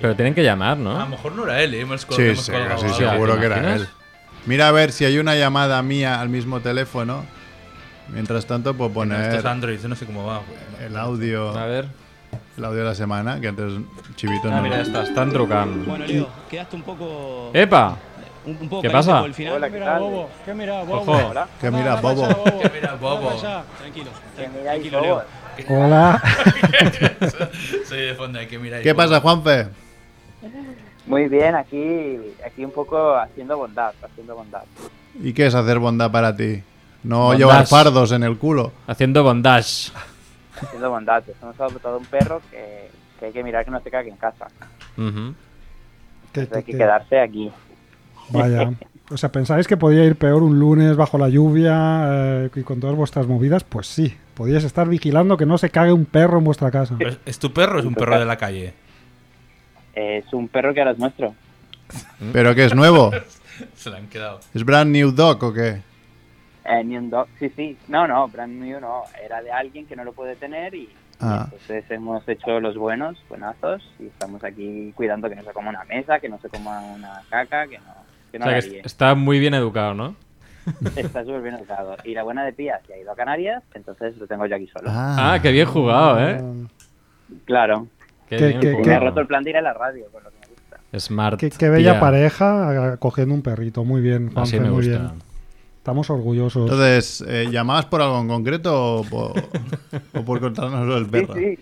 C: Pero tienen que llamar, ¿no?
A: A lo mejor no era él, ¿eh? hemos col-
D: ¿Ah? Sí,
A: hemos
D: sí,
A: colgado
D: sí,
A: algo.
C: sí,
D: seguro
C: ¿te
D: que era
C: imaginas?
D: él. Mira a ver si hay una llamada mía al mismo teléfono. Mientras tanto, puedo
A: Bueno, esto es Ah,
D: poner
A: Android, yo no sé cómo va. güey.
D: el audio,
C: A ver.
D: el audio de la semana, que antes Chivito
C: Ah,
D: no.
C: mira, estas están trucando.
G: Bueno, Leo, quedaste un poco.
C: ¡Epa!
G: un, un poco
C: ¿Qué
G: caliente
C: pasa?
G: por el final.
E: Hola, ¿qué tal?
H: ¿Qué mira, bobo?
C: Ojo.
D: Que
C: Ah,
D: mira, bobo.
A: Que mira, bobo.
G: Tranquilo.
E: Que
G: tranquilo,
E: miráis
G: Tranquilo,
E: todos.
G: Leo.
B: Hola.
A: Soy de fondo, hay que mirar.
D: ¿Qué pasa, Juanfe?
E: Muy bien, aquí, aquí un poco haciendo bondad, haciendo bondad.
D: ¿Y qué es hacer bondad para ti? No
C: Bondad.
D: llevar fardos en el culo.
C: Haciendo bondage.
E: Haciendo bondad. Pues hemos adoptado un perro que, que hay que mirar que no se cague en casa.
C: Ujú.
B: Que-
E: Entonces hay que
B: que-
E: quedarse aquí.
B: Vaya. O sea, ¿pensáis que podía ir peor un lunes bajo la lluvia eh, y con todas vuestras movidas? Pues sí. Podíais estar vigilando que no se cague un perro en vuestra casa.
A: ¿Es- ¿Es tu perro o es un perro de la calle?
E: Es un perro que ahora es nuestro.
D: ¿Pero que es nuevo?
A: Se la han quedado.
D: ¿Es brand new dog o qué?
E: Eh, ni un dog. Sí, sí. No, no, brand new no. Era de alguien que no lo puede tener y
D: Ah.
E: entonces hemos hecho los buenos, buenazos, y estamos aquí cuidando que no se coma una mesa, que no se coma una caca, que no, que
C: O
E: no
C: sea
E: la
C: que
E: líe.
C: es- está muy bien educado, ¿no?
E: Está súper bien educado. Y la buena de Pía se ha ido a Canarias, entonces lo tengo yo aquí solo.
C: Ah, qué bien jugado, ¿eh?
B: Ah.
E: Claro.
C: Qué
B: Qué-
C: bien
B: qué-
E: Y
C: jugado.
E: me ha roto el plan de ir a la radio, por lo que me gusta.
C: Smart.
B: Qué, qué bella
C: tía.
B: pareja ah, cogiendo un perrito. Muy bien,
C: Así
B: Juanfe,
C: me
B: muy
C: gusta.
B: bien. Estamos orgullosos.
D: Entonces, eh, ¿llamabas por algo en concreto o por, o por contarnos lo del
E: Sí,
D: perro?
E: sí. Eh,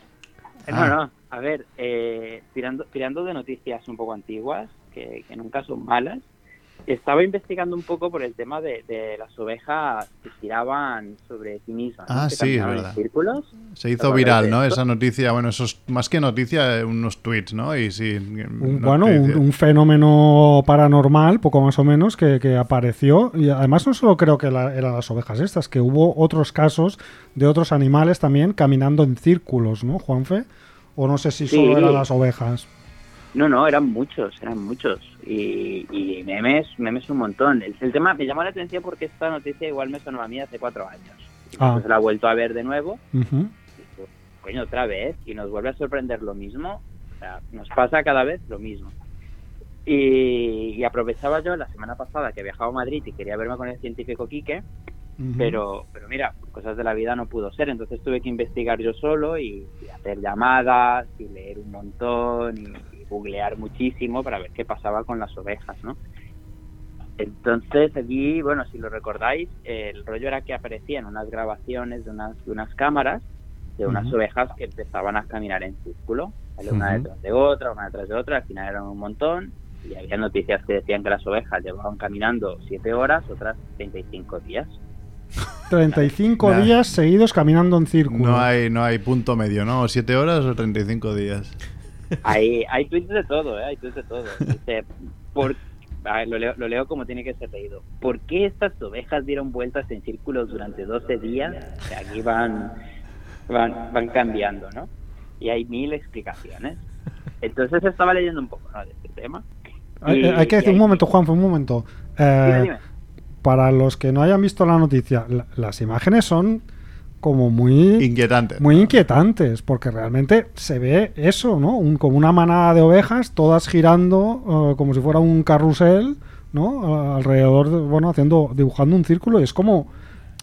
D: Ah.
E: No, no. A ver, eh, tirando, tirando de noticias un poco antiguas, que, que nunca son malas, estaba investigando un poco por el tema de, de las ovejas que giraban sobre sí mismas. ¿no?
D: Ah, sí,
E: Que
D: es
E: caminaban en
D: verdad.
E: círculos.
D: Se hizo viral, ¿no? Esa noticia, bueno, eso es más que noticia, eh, unos tweets, ¿no? Y sí, eh,
B: Un-
D: unos
B: bueno,
D: tweets.
B: un, un fenómeno paranormal, poco más o menos, que, que apareció. Y además no solo creo que la- eran las ovejas estas, que hubo otros casos de otros animales también caminando en círculos, ¿no, Juanfe? O no sé si
E: Sí.
B: solo eran las ovejas.
E: No, no, eran muchos, eran muchos. Y, y memes, memes un montón. El, el tema me llamó la atención porque esta noticia igual me sonó a mí hace cuatro años.
B: Ah.
E: Entonces la he vuelto a ver de nuevo.
B: Ujú.
E: Digo, coño, otra vez, y nos vuelve a sorprender lo mismo, o sea, nos pasa cada vez lo mismo. Y, y aprovechaba yo la semana pasada que viajaba a Madrid y quería verme con el científico Quique,
B: Ujú.
E: pero, pero mira, por cosas de la vida no pudo ser, entonces tuve que investigar yo solo y, y hacer llamadas y leer un montón y, y googlear muchísimo para ver qué pasaba con las ovejas, ¿no? Entonces allí, bueno, si lo recordáis, el rollo era que aparecían unas grabaciones de unas, de unas cámaras de unas
D: Ujú.
E: ovejas que empezaban a caminar en círculo, ¿vale? una
C: Ujú.
E: detrás de otra, una detrás de otra, al final eran un montón y había noticias que decían que las ovejas llevaban caminando 7 horas, otras 35 días.
B: 35
D: Nah.
B: días seguidos caminando en círculo.
D: No hay, no hay punto medio, ¿no? ¿O ¿Siete horas o 35 días?
E: Hay, hay tweets de todo, ¿eh? Hay tweets de todo. Dice, por, a ver, lo, leo, lo leo como tiene que ser leído. ¿Por qué estas ovejas dieron vueltas en círculos durante 12 días? O sea, aquí van, van, van cambiando, ¿no? Y hay mil explicaciones. Entonces estaba leyendo un poco ¿no? de este tema.
B: Hay, eh,
E: Y-
B: hay que
E: y
B: decir,
E: hay-
B: un momento, Juanfe, un momento.
E: Dime,
B: Eh,
E: dime.
B: para los que no hayan visto la noticia, la- las imágenes son como muy,
D: Inquietante.
B: muy inquietantes, porque realmente se ve eso, ¿no? Un- como una manada de ovejas, todas girando eh, como si fuera un carrusel, ¿no? A- Alrededor, de- bueno, haciendo, dibujando un círculo, y es como...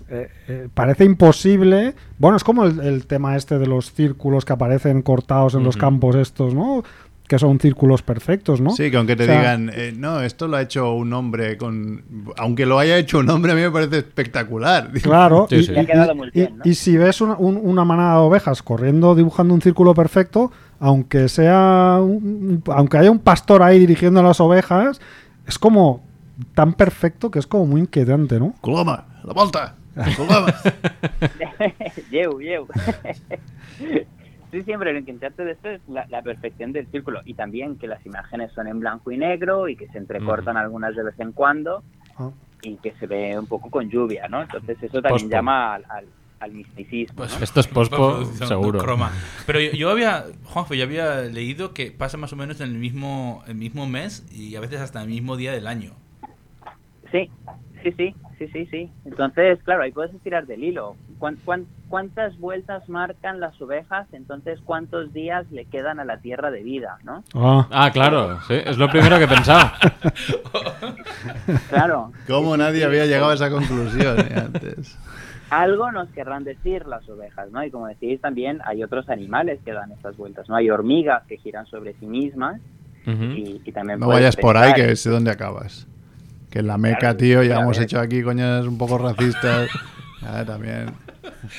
B: eh, eh, parece imposible. Bueno, es como el, el tema este de los círculos que aparecen cortados en los
C: Ujú.
B: campos estos, ¿no? Que son círculos perfectos, ¿no?
D: Sí, que aunque
B: O
D: te
B: sea,
D: digan, eh, no, esto lo ha hecho un hombre con... Aunque lo haya hecho un hombre, a mí me parece espectacular.
B: Claro,
C: Sí,
B: y,
C: sí.
B: y-
E: Ya ha quedado muy
B: y-
E: bien, ¿no?
B: y si ves una, un- una manada de ovejas corriendo, dibujando un círculo perfecto, aunque sea un- aunque haya un pastor ahí dirigiendo las ovejas, es como tan perfecto que es como muy inquietante, ¿no?
D: Coloma, la volta, Coloma.
E: Lleu, lleu. Sí, siempre lo intentarte de esto es la, la perfección del círculo y también que las imágenes son en blanco y negro y que se entrecortan algunas de vez en cuando
B: Ah.
E: y que se ve un poco con lluvia, ¿no? Entonces eso también
C: Pospo.
E: llama al, al- al misticismo. ¿no?
C: Esto es pospo,
A: Postproducción,
C: seguro.
A: croma. Pero yo, yo había, Juanfe, yo había leído que pasa más o menos en el mismo, el mismo mes y a veces hasta el mismo día del año.
E: Sí, sí, sí, sí, sí, sí. Entonces, claro, ahí puedes tirar del hilo. ¿Cuán- cuán- ¿Cuántas vueltas marcan las ovejas? Entonces, ¿cuántos días le quedan a la tierra de vida, no?
C: Ah, claro, sí, es lo primero que he pensado.
E: Claro.
D: ¿Cómo nadie había llegado a esa conclusión eh, antes?
E: algo nos querrán decir las ovejas, ¿no? Y como decís también, hay otros animales que dan estas vueltas, ¿no? Hay hormigas que giran sobre sí mismas
C: Ujú.
E: y, y también...
D: Mm. No
E: puedes
D: vayas por ahí,
E: pensar-
D: que sé dónde acabas. Que en la meca,
E: Claro,
D: tío, ya
E: claro,
D: hemos
E: eh.
D: hecho aquí coñas un poco racistas. Ah, también.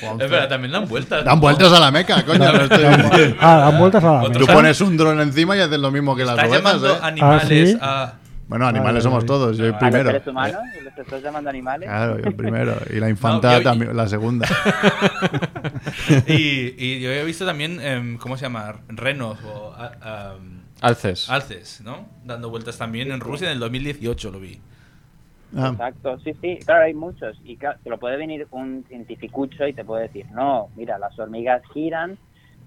D: Juanfe.
A: Es verdad, también dan vueltas.
D: Dan vueltas a la meca, coño. no estoy-
B: Ah, dan vueltas a la
A: Otro
D: Tú
A: sea,
D: pones un dron encima y haces lo mismo que las
A: Estás
D: ovejas,
A: llamando
D: ¿eh?
A: animales
B: Ah,
A: a...
D: Bueno, animales
B: Vale,
D: somos
B: vale.
D: todos, yo el
E: ¿A los
D: primero. ¿eh?
E: seres humanos? ¿Los estás llamando animales?
D: Claro, yo el primero. Y la infanta
A: No, yo-
D: también, la segunda.
A: Y, y yo había visto también, em, ¿cómo se llama? Renos o a- am,
C: Alces.
A: alces, ¿no? Dando vueltas también en Rusia en el 2018 lo vi.
D: Ah,
E: Exacto, sí, sí, claro, hay muchos. Y claro, te lo puede venir un cientificucho y te puede decir, no, mira, las hormigas giran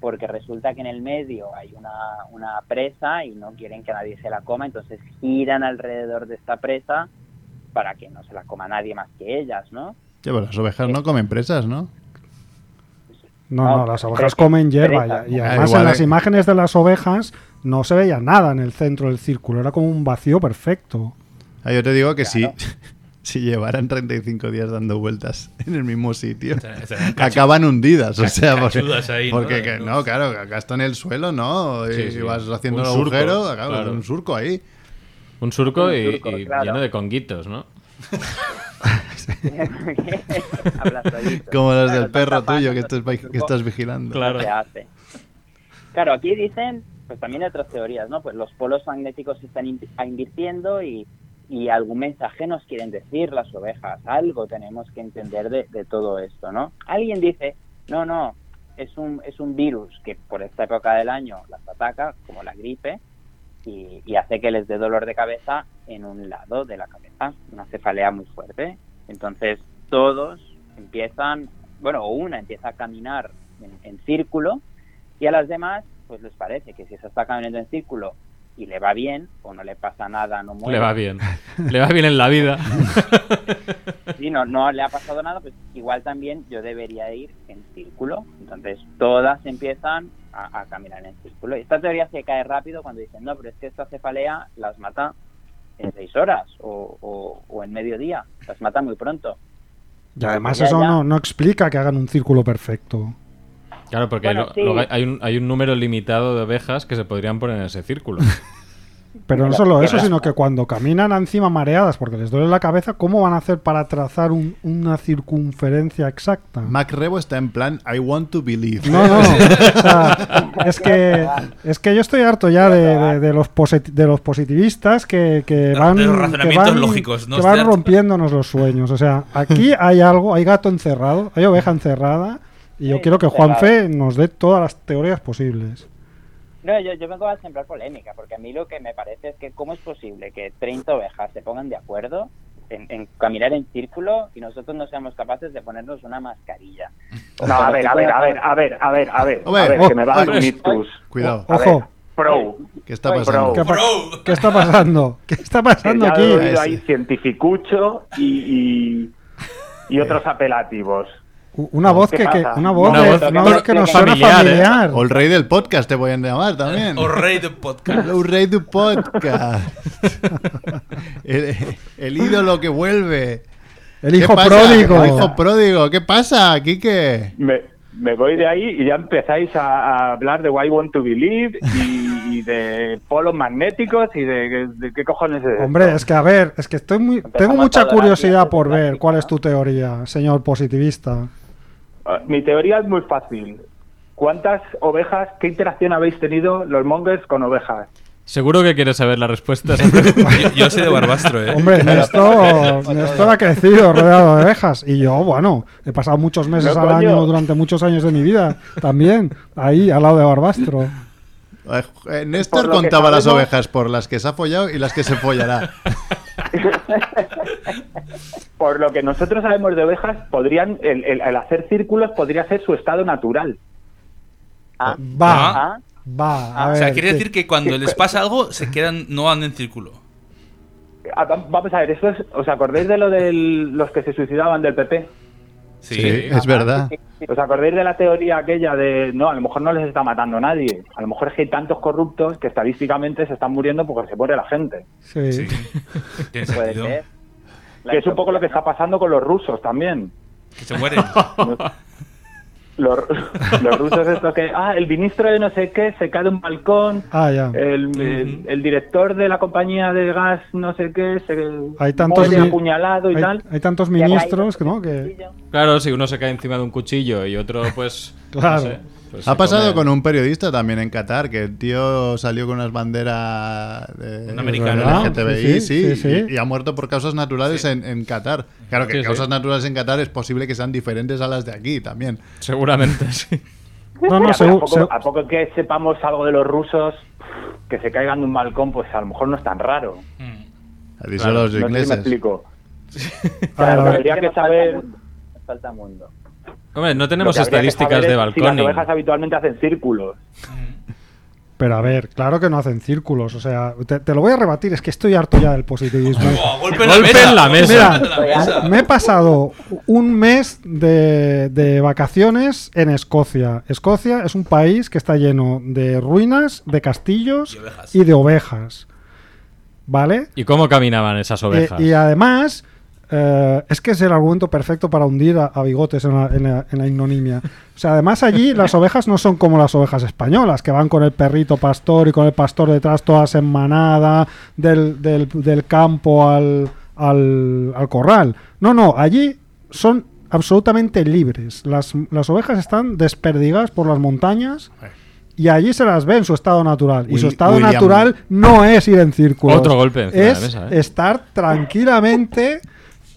E: porque resulta que en el medio hay una, una presa y no quieren que nadie se la coma, entonces giran alrededor de esta presa para que no se la coma nadie más que ellas, ¿no?
D: ya, pero las ovejas no comen presas, ¿no?
B: No, no,
E: No,
B: las
E: pero-
B: ovejas comen hierba.
E: pereza.
B: Y, y
D: Ah,
B: además
D: igual,
B: en las
D: eh.
B: imágenes de las ovejas no se veía nada en el centro del círculo, era como un vacío perfecto.
D: Ah, yo te digo que
E: Claro.
D: sí. Si llevaran 35 días dando vueltas en el mismo sitio,
A: Serán- serán cachu-
D: acaban hundidas. O sea, porque,
A: cachudas ahí, ¿no?
D: porque que- no, claro, acá está en el suelo, ¿no? Y
C: Sí, sí.
D: vas haciendo
C: Un
D: un
C: surco,
D: agujero, claro,
C: claro.
D: un surco ahí.
C: Un surco
E: Un
C: y,
E: surco,
C: y
E: claro.
C: lleno de conguitos, ¿no?
E: Aplastadito.
D: Como los
E: Claro,
D: del perro
E: tapando
D: tuyo que
E: todo
D: estás,
E: el
D: que estás vigilando.
E: cuerpo, se hace. Claro, aquí dicen, pues también hay otras teorías, ¿no? Pues los polos magnéticos se están invi- invirtiendo y, y algún mensaje nos quieren decir las ovejas. Algo tenemos que entender de, de todo esto, ¿no? Alguien dice, no, no, es un, es un virus que por esta época del año las ataca, como la gripe, y, y hace que les dé dolor de cabeza en un lado de la cabeza, una cefalea muy fuerte. Entonces todos empiezan, bueno, o una empieza a caminar en, en círculo y a las demás pues les parece que si esa está caminando en círculo y le va bien o no le pasa nada, no muere,
C: Le va bien. Le va bien en la vida.
E: si no, no le ha pasado nada, pues igual también yo debería ir en círculo. Entonces todas empiezan a, a caminar en círculo. Y esta teoría se cae rápido cuando dicen, no, pero es que esta cefalea las mata en seis horas o, o- o en mediodía, las mata muy pronto.
B: Y además
E: Ya,
B: eso
E: ya.
B: No, no explica que hagan un círculo perfecto.
C: Claro, porque
E: Bueno,
C: lo-
E: sí.
C: luego hay- hay, un, hay un número limitado de ovejas que se podrían poner en ese círculo.
B: Pero no
E: La
B: solo eso,
E: tierra.
B: sino que cuando caminan encima mareadas porque les duele la cabeza, ¿cómo van a hacer para trazar un- una circunferencia exacta?
D: Mac Rebo está en plan I want to believe.
B: No, no. O sea, es que es que yo estoy harto ya de, de- de los, posit- de los positivistas que, que
A: De
B: van,
A: los
B: que
A: razonamientos
B: van-
A: lógicos, ¿no?
B: que van
A: Estoy harto.
B: rompiéndonos los sueños. O sea, aquí hay algo, hay gato encerrado, hay oveja encerrada y yo
E: Sí,
B: quiero que
E: encerrado.
B: Juanfe nos dé todas las teorías posibles.
E: No, yo, yo vengo a sembrar polémica, porque a mí lo que me parece es que cómo es posible que 30 ovejas se pongan de acuerdo en, en caminar en círculo y nosotros no seamos capaces de ponernos una mascarilla.
H: No, a ver, a ver, a ver, a ver, a ver, a ver,
D: A ver,
H: a ver,
B: oh,
H: que me vas a
D: oye,
H: unir tus.
D: Cuidado,
H: A
B: Ojo.
H: ver, pro.
B: oh.
D: ¿qué está
E: Oye,
D: pasando?
H: bro.
B: ¿Qué, pa-
A: Bro.
B: qué está pasando? ¿Qué está
H: Que
B: pasando
H: ya
B: aquí?
H: he oído ahí
D: Ese.
H: cientificucho y,
B: Eh.
H: y, y otros apelativos.
B: U- Una voz
H: ¿Qué
B: que, que-
H: pasa?
B: una voz,
C: Una
B: de-
C: voz-
B: una voz que nos suena
C: familiar, ¿eh?
B: familiar.
D: O el rey del podcast te voy a llamar también.
A: O rey de podcast.
D: El rey del podcast. El, el ídolo que vuelve.
B: El
D: ¿Qué
B: hijo
D: pasa?
B: pródigo.
D: El hijo pródigo. ¿Qué pasa, Quique?
H: Me, me voy de ahí y ya empezáis a, a hablar de Why Want to Believe y, y de polos magnéticos y de, de qué cojones es.
B: Hombre, es que a ver, es que estoy muy, tengo
E: Empezamos
B: mucha
E: a adorar
B: curiosidad
E: clases
B: por
E: de
B: ver
E: práctica,
B: cuál es
E: ¿no?
B: tu teoría, señor positivista.
H: Ah, Mi teoría es muy fácil. ¿Cuántas ovejas, qué interacción habéis tenido los mongers con ovejas?
C: Seguro que quieres saber la respuesta. a esa pregunta.
A: Yo, yo soy de Barbastro, ¿eh?
B: Hombre, Néstor, Néstor ha crecido rodeado de ovejas y yo, bueno, he pasado muchos meses
H: No,
B: al
H: coño.
B: año durante muchos años de mi vida también ahí al lado de Barbastro.
D: Eh, eh, Néstor
H: Por lo que
D: contaba las
H: sabemos-
D: ovejas por las que se ha follado y las que se follará.
H: Por lo que nosotros sabemos de ovejas, podrían el, el- el hacer círculos podría ser su estado natural.
E: Ah,
B: Va,
E: ah,
B: va. A
A: o
B: ver,
A: sea, quiere
B: sí.
A: decir que cuando les pasa algo, se quedan, no andan en círculo.
H: Ah, va- Vamos a ver, esto es- ¿os acordáis de lo de los que se suicidaban del PP?
A: Sí. eh,
D: Sí, eh, es
E: ah,
D: verdad.
H: ¿Os acordáis de la teoría aquella de no, a lo mejor no les está matando nadie? A lo mejor es que hay tantos corruptos que estadísticamente se están muriendo porque se muere la gente.
B: Sí.
A: Sí. Tiene
E: puede
A: sentido.
E: ser. La
H: Que es un poco lo que está
E: intoxicación.
H: pasando con los rusos también.
A: Que se mueren.
H: Los, los rusos esto que, ah, el ministro de no sé qué se cae de un balcón,
B: Ah, ya.
H: el, el- el director de la compañía de gas no sé qué se
B: Hay tantos
H: muere
B: mi-
H: apuñalado y
B: Hay,
H: tal.
B: hay tantos
E: Y ha caído
B: ministros que no, que
E: sencillo.
C: claro, si uno se cae encima de un cuchillo y otro, pues. no
B: Claro.
C: sé, pues
D: Ha
C: se
D: pasado
C: come-
D: con un periodista también en Qatar, que el tío salió con unas banderas de
A: Un americano,
D: de
B: ¿no? Sí,
D: LGTBI, sí,
B: sí, sí, sí.
D: Y, y ha muerto por causas naturales en, en Qatar. Claro que
C: Sí, sí.
D: causas naturales en Qatar es posible que sean diferentes a las de aquí también.
C: Seguramente, sí.
B: no, no,
H: Ya, pero
B: segu-
H: a, poco,
B: segu-
H: a poco que sepamos algo de los rusos que se caigan de un balcón, pues a lo mejor no es tan raro.
A: Mm.
D: Así
C: Claro,
D: son los
H: No sé si me
D: ingleses.
H: explico.
B: a ver, a ver.
H: Habría que
E: Nos falta
H: saber-
E: mundo, Nos falta mundo.
C: Hombre, no tenemos
H: Lo que habría que
C: estadísticas
H: saber
C: de
H: es Si
C: balcón.
H: las ovejas habitualmente hacen círculos.
B: Pero a ver, claro que no hacen círculos. O sea, te, te lo voy a rebatir, es que estoy harto ya del positivismo.
A: Buah, golpe en la
C: Golpe
A: mesa.
C: en la mesa.
A: Golpe en la mesa.
B: Me he pasado un mes de, de vacaciones en Escocia. Escocia es un país que está lleno de ruinas, de castillos
A: Y ovejas.
B: y de ovejas. ¿Vale?
C: ¿Y cómo caminaban esas
B: Eh,
C: ovejas?
B: y además, eh, es que es el argumento perfecto para hundir a, a bigotes en la, en la- en la ignominia. O sea, además allí las ovejas no son como las ovejas españolas, que van con el perrito pastor y con el pastor detrás todas en manada, del, del- del campo al, al- al corral. No, no, allí son absolutamente libres. Las, las ovejas están desperdigadas por las montañas. Y allí se las ve en su estado natural. Y su
D: Eh. Will-
B: estado
D: William-
B: natural no es ir en círculos.
C: Otro golpe encima de
B: Pues es
C: la mesa, ¿eh?
B: estar tranquilamente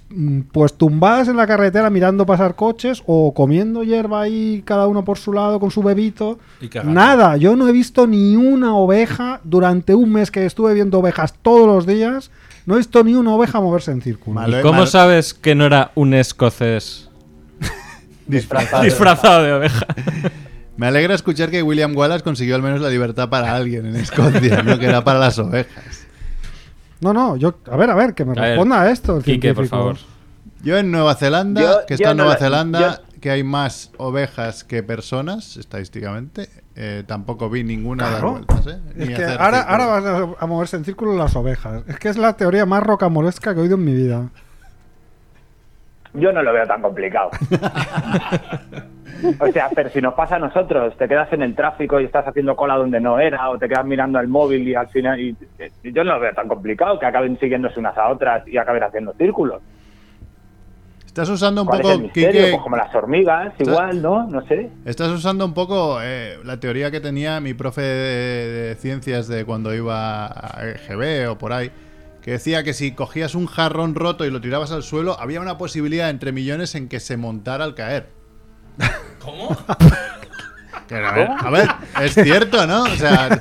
B: mm, pues tumbadas en la carretera mirando pasar coches o comiendo hierba ahí cada uno por su lado con su bebito.
A: Y cagando.
B: Nada, yo no he visto ni una oveja durante un mes que estuve viendo ovejas todos los días. No he visto ni una oveja moverse en círculo.
D: Mal.
C: ¿Y cómo
D: Mal-
C: sabes que no era un escocés
D: Disfrazado.
C: disfrazado de oveja?
D: Me alegra escuchar que William Wallace consiguió al menos la libertad para alguien en Escocia, no que era para las ovejas.
B: No, no, yo, a ver, a ver, que me
C: A ver,
B: responda a esto. el
C: Quique, por
B: científico.
C: favor.
D: Yo en Nueva Zelanda,
H: Yo-
D: que está
H: yo
D: en
H: no
D: Nueva
H: la-
D: Zelanda, que hay más ovejas que personas, estadísticamente, eh, tampoco vi ninguna
B: Claro.
D: dar vueltas. ¿eh?
B: Es
D: Ni
B: que
D: hacer
B: ahora,
D: círculos.
B: ahora van a- a moverse en círculo las ovejas. Es que es la teoría más rocamolesca que he oído en mi vida.
H: Yo no lo veo tan complicado. O sea, pero si nos pasa a nosotros, te quedas en el tráfico y estás haciendo cola donde no era, o te quedas mirando al móvil y al final. Y, y yo no lo veo tan complicado que acaben siguiéndose unas a otras y acaben haciendo círculos.
D: Estás usando un
H: ¿Cuál es el
D: poco,
H: misterio?
D: Quique,
H: Pues como las hormigas, igual, ¿no? No sé.
D: Estás usando un poco eh, la teoría que tenía mi profe de, de ciencias de cuando iba a EGB o por ahí, que decía que si cogías un jarrón roto y lo tirabas al suelo, había una posibilidad entre millones en que se montara al caer.
A: ¿Cómo?
D: Que, a, ver, a ver, es cierto, ¿no? O sea,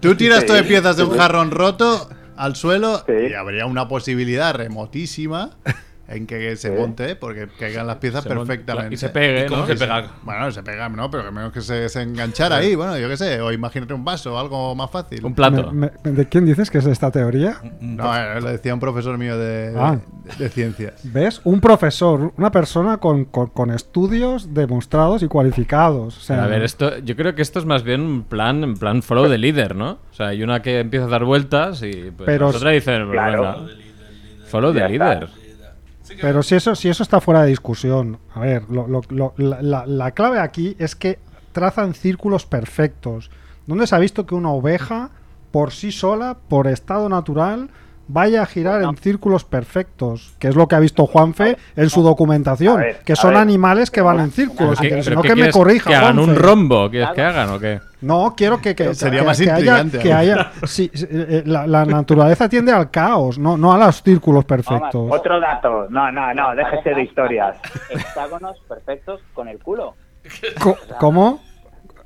D: tú tiras
H: Sí,
D: todo de piezas de un
H: sí.
D: jarrón roto al suelo
H: Sí.
D: y habría una posibilidad remotísima en que se
H: Sí.
D: monte, porque caigan las piezas
C: Se monta-
D: perfectamente.
C: Y se pegue,
A: ¿Cómo
C: ¿no?
A: se pega?
D: Bueno, se pega, ¿no? Pero que menos que se, se enganchara ahí, bueno, yo qué sé, o imagínate un vaso, algo más fácil.
C: Un plato.
B: Me- me- ¿De quién dices que es esta teoría?
D: No, eh, lo decía un profesor mío de,
B: Ah.
D: de- de ciencias.
B: ¿Ves? Un profesor, una persona con, con- con estudios demostrados y cualificados. O sea,
C: A ver, esto, yo creo que esto es más bien un plan, en plan follow de líder, ¿no? O sea, hay una que empieza a dar vueltas y pues
B: Pero-
C: la otra dice, pues,
H: Claro.
C: venga, follow
H: Ya
C: de
H: está.
C: líder.
B: Pero si eso, si eso está fuera de discusión, a ver, lo- lo- lo- la, la- la clave aquí es que trazan círculos perfectos. ¿Dónde se ha visto que una oveja, por sí sola, por estado natural, vaya a girar en círculos perfectos? Que es lo que ha visto Juanfe en su documentación,
H: A ver,
B: que
H: a
B: son
H: ver.
B: animales que van en círculos.
C: ¿Pero qué-
B: Si
C: pero
B: no,
C: qué
B: que me
C: quieres
B: corrija.
C: ¿Que hagan un
B: Juanfe.
C: rombo? ¿Quieres que hagan o qué?
B: No, quiero que, que-
D: Sería
B: que-
D: más
B: que haya,
D: intrigante,
B: que
D: ¿no?
B: haya- sí, sí, eh, la, la naturaleza tiende al caos, no, no a los círculos perfectos.
H: Otro dato. No, no, no, déjese de historias.
E: Hexágonos perfectos con el culo.
B: Co- ¿Cómo?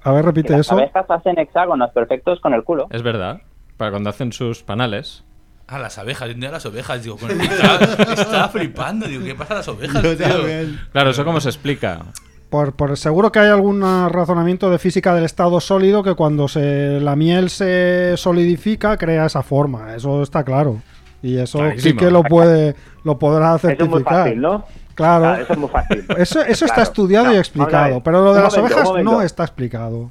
B: A ver,
E: Que
B: repite
E: las
B: eso.
E: abejas hacen hexágonos perfectos con el culo.
C: Es verdad. Para cuando hacen sus panales.
A: Ah, las abejas, yo tenía las ovejas, digo, con el estaba, estaba flipando, digo, ¿qué pasa a las ovejas?
D: Yo
A: tío?
D: también.
C: Claro, ¿eso cómo se explica?
B: Por, por seguro que hay algún ah, razonamiento de física del estado sólido que cuando se, la miel se solidifica crea esa forma. Eso está claro. Y eso sí
C: Clarísimo.
B: que lo puede lo podrá
H: Eso es muy
B: certificar.
H: fácil, ¿no?
B: Claro.
H: Ah, eso es muy fácil.
B: Eso, eso está
H: Claro.
B: estudiado
H: No,
B: y
H: vamos a
B: explicado,
H: ver.
B: pero lo de
H: Un
B: las
H: momento, un
B: ovejas no
H: momento.
B: está explicado.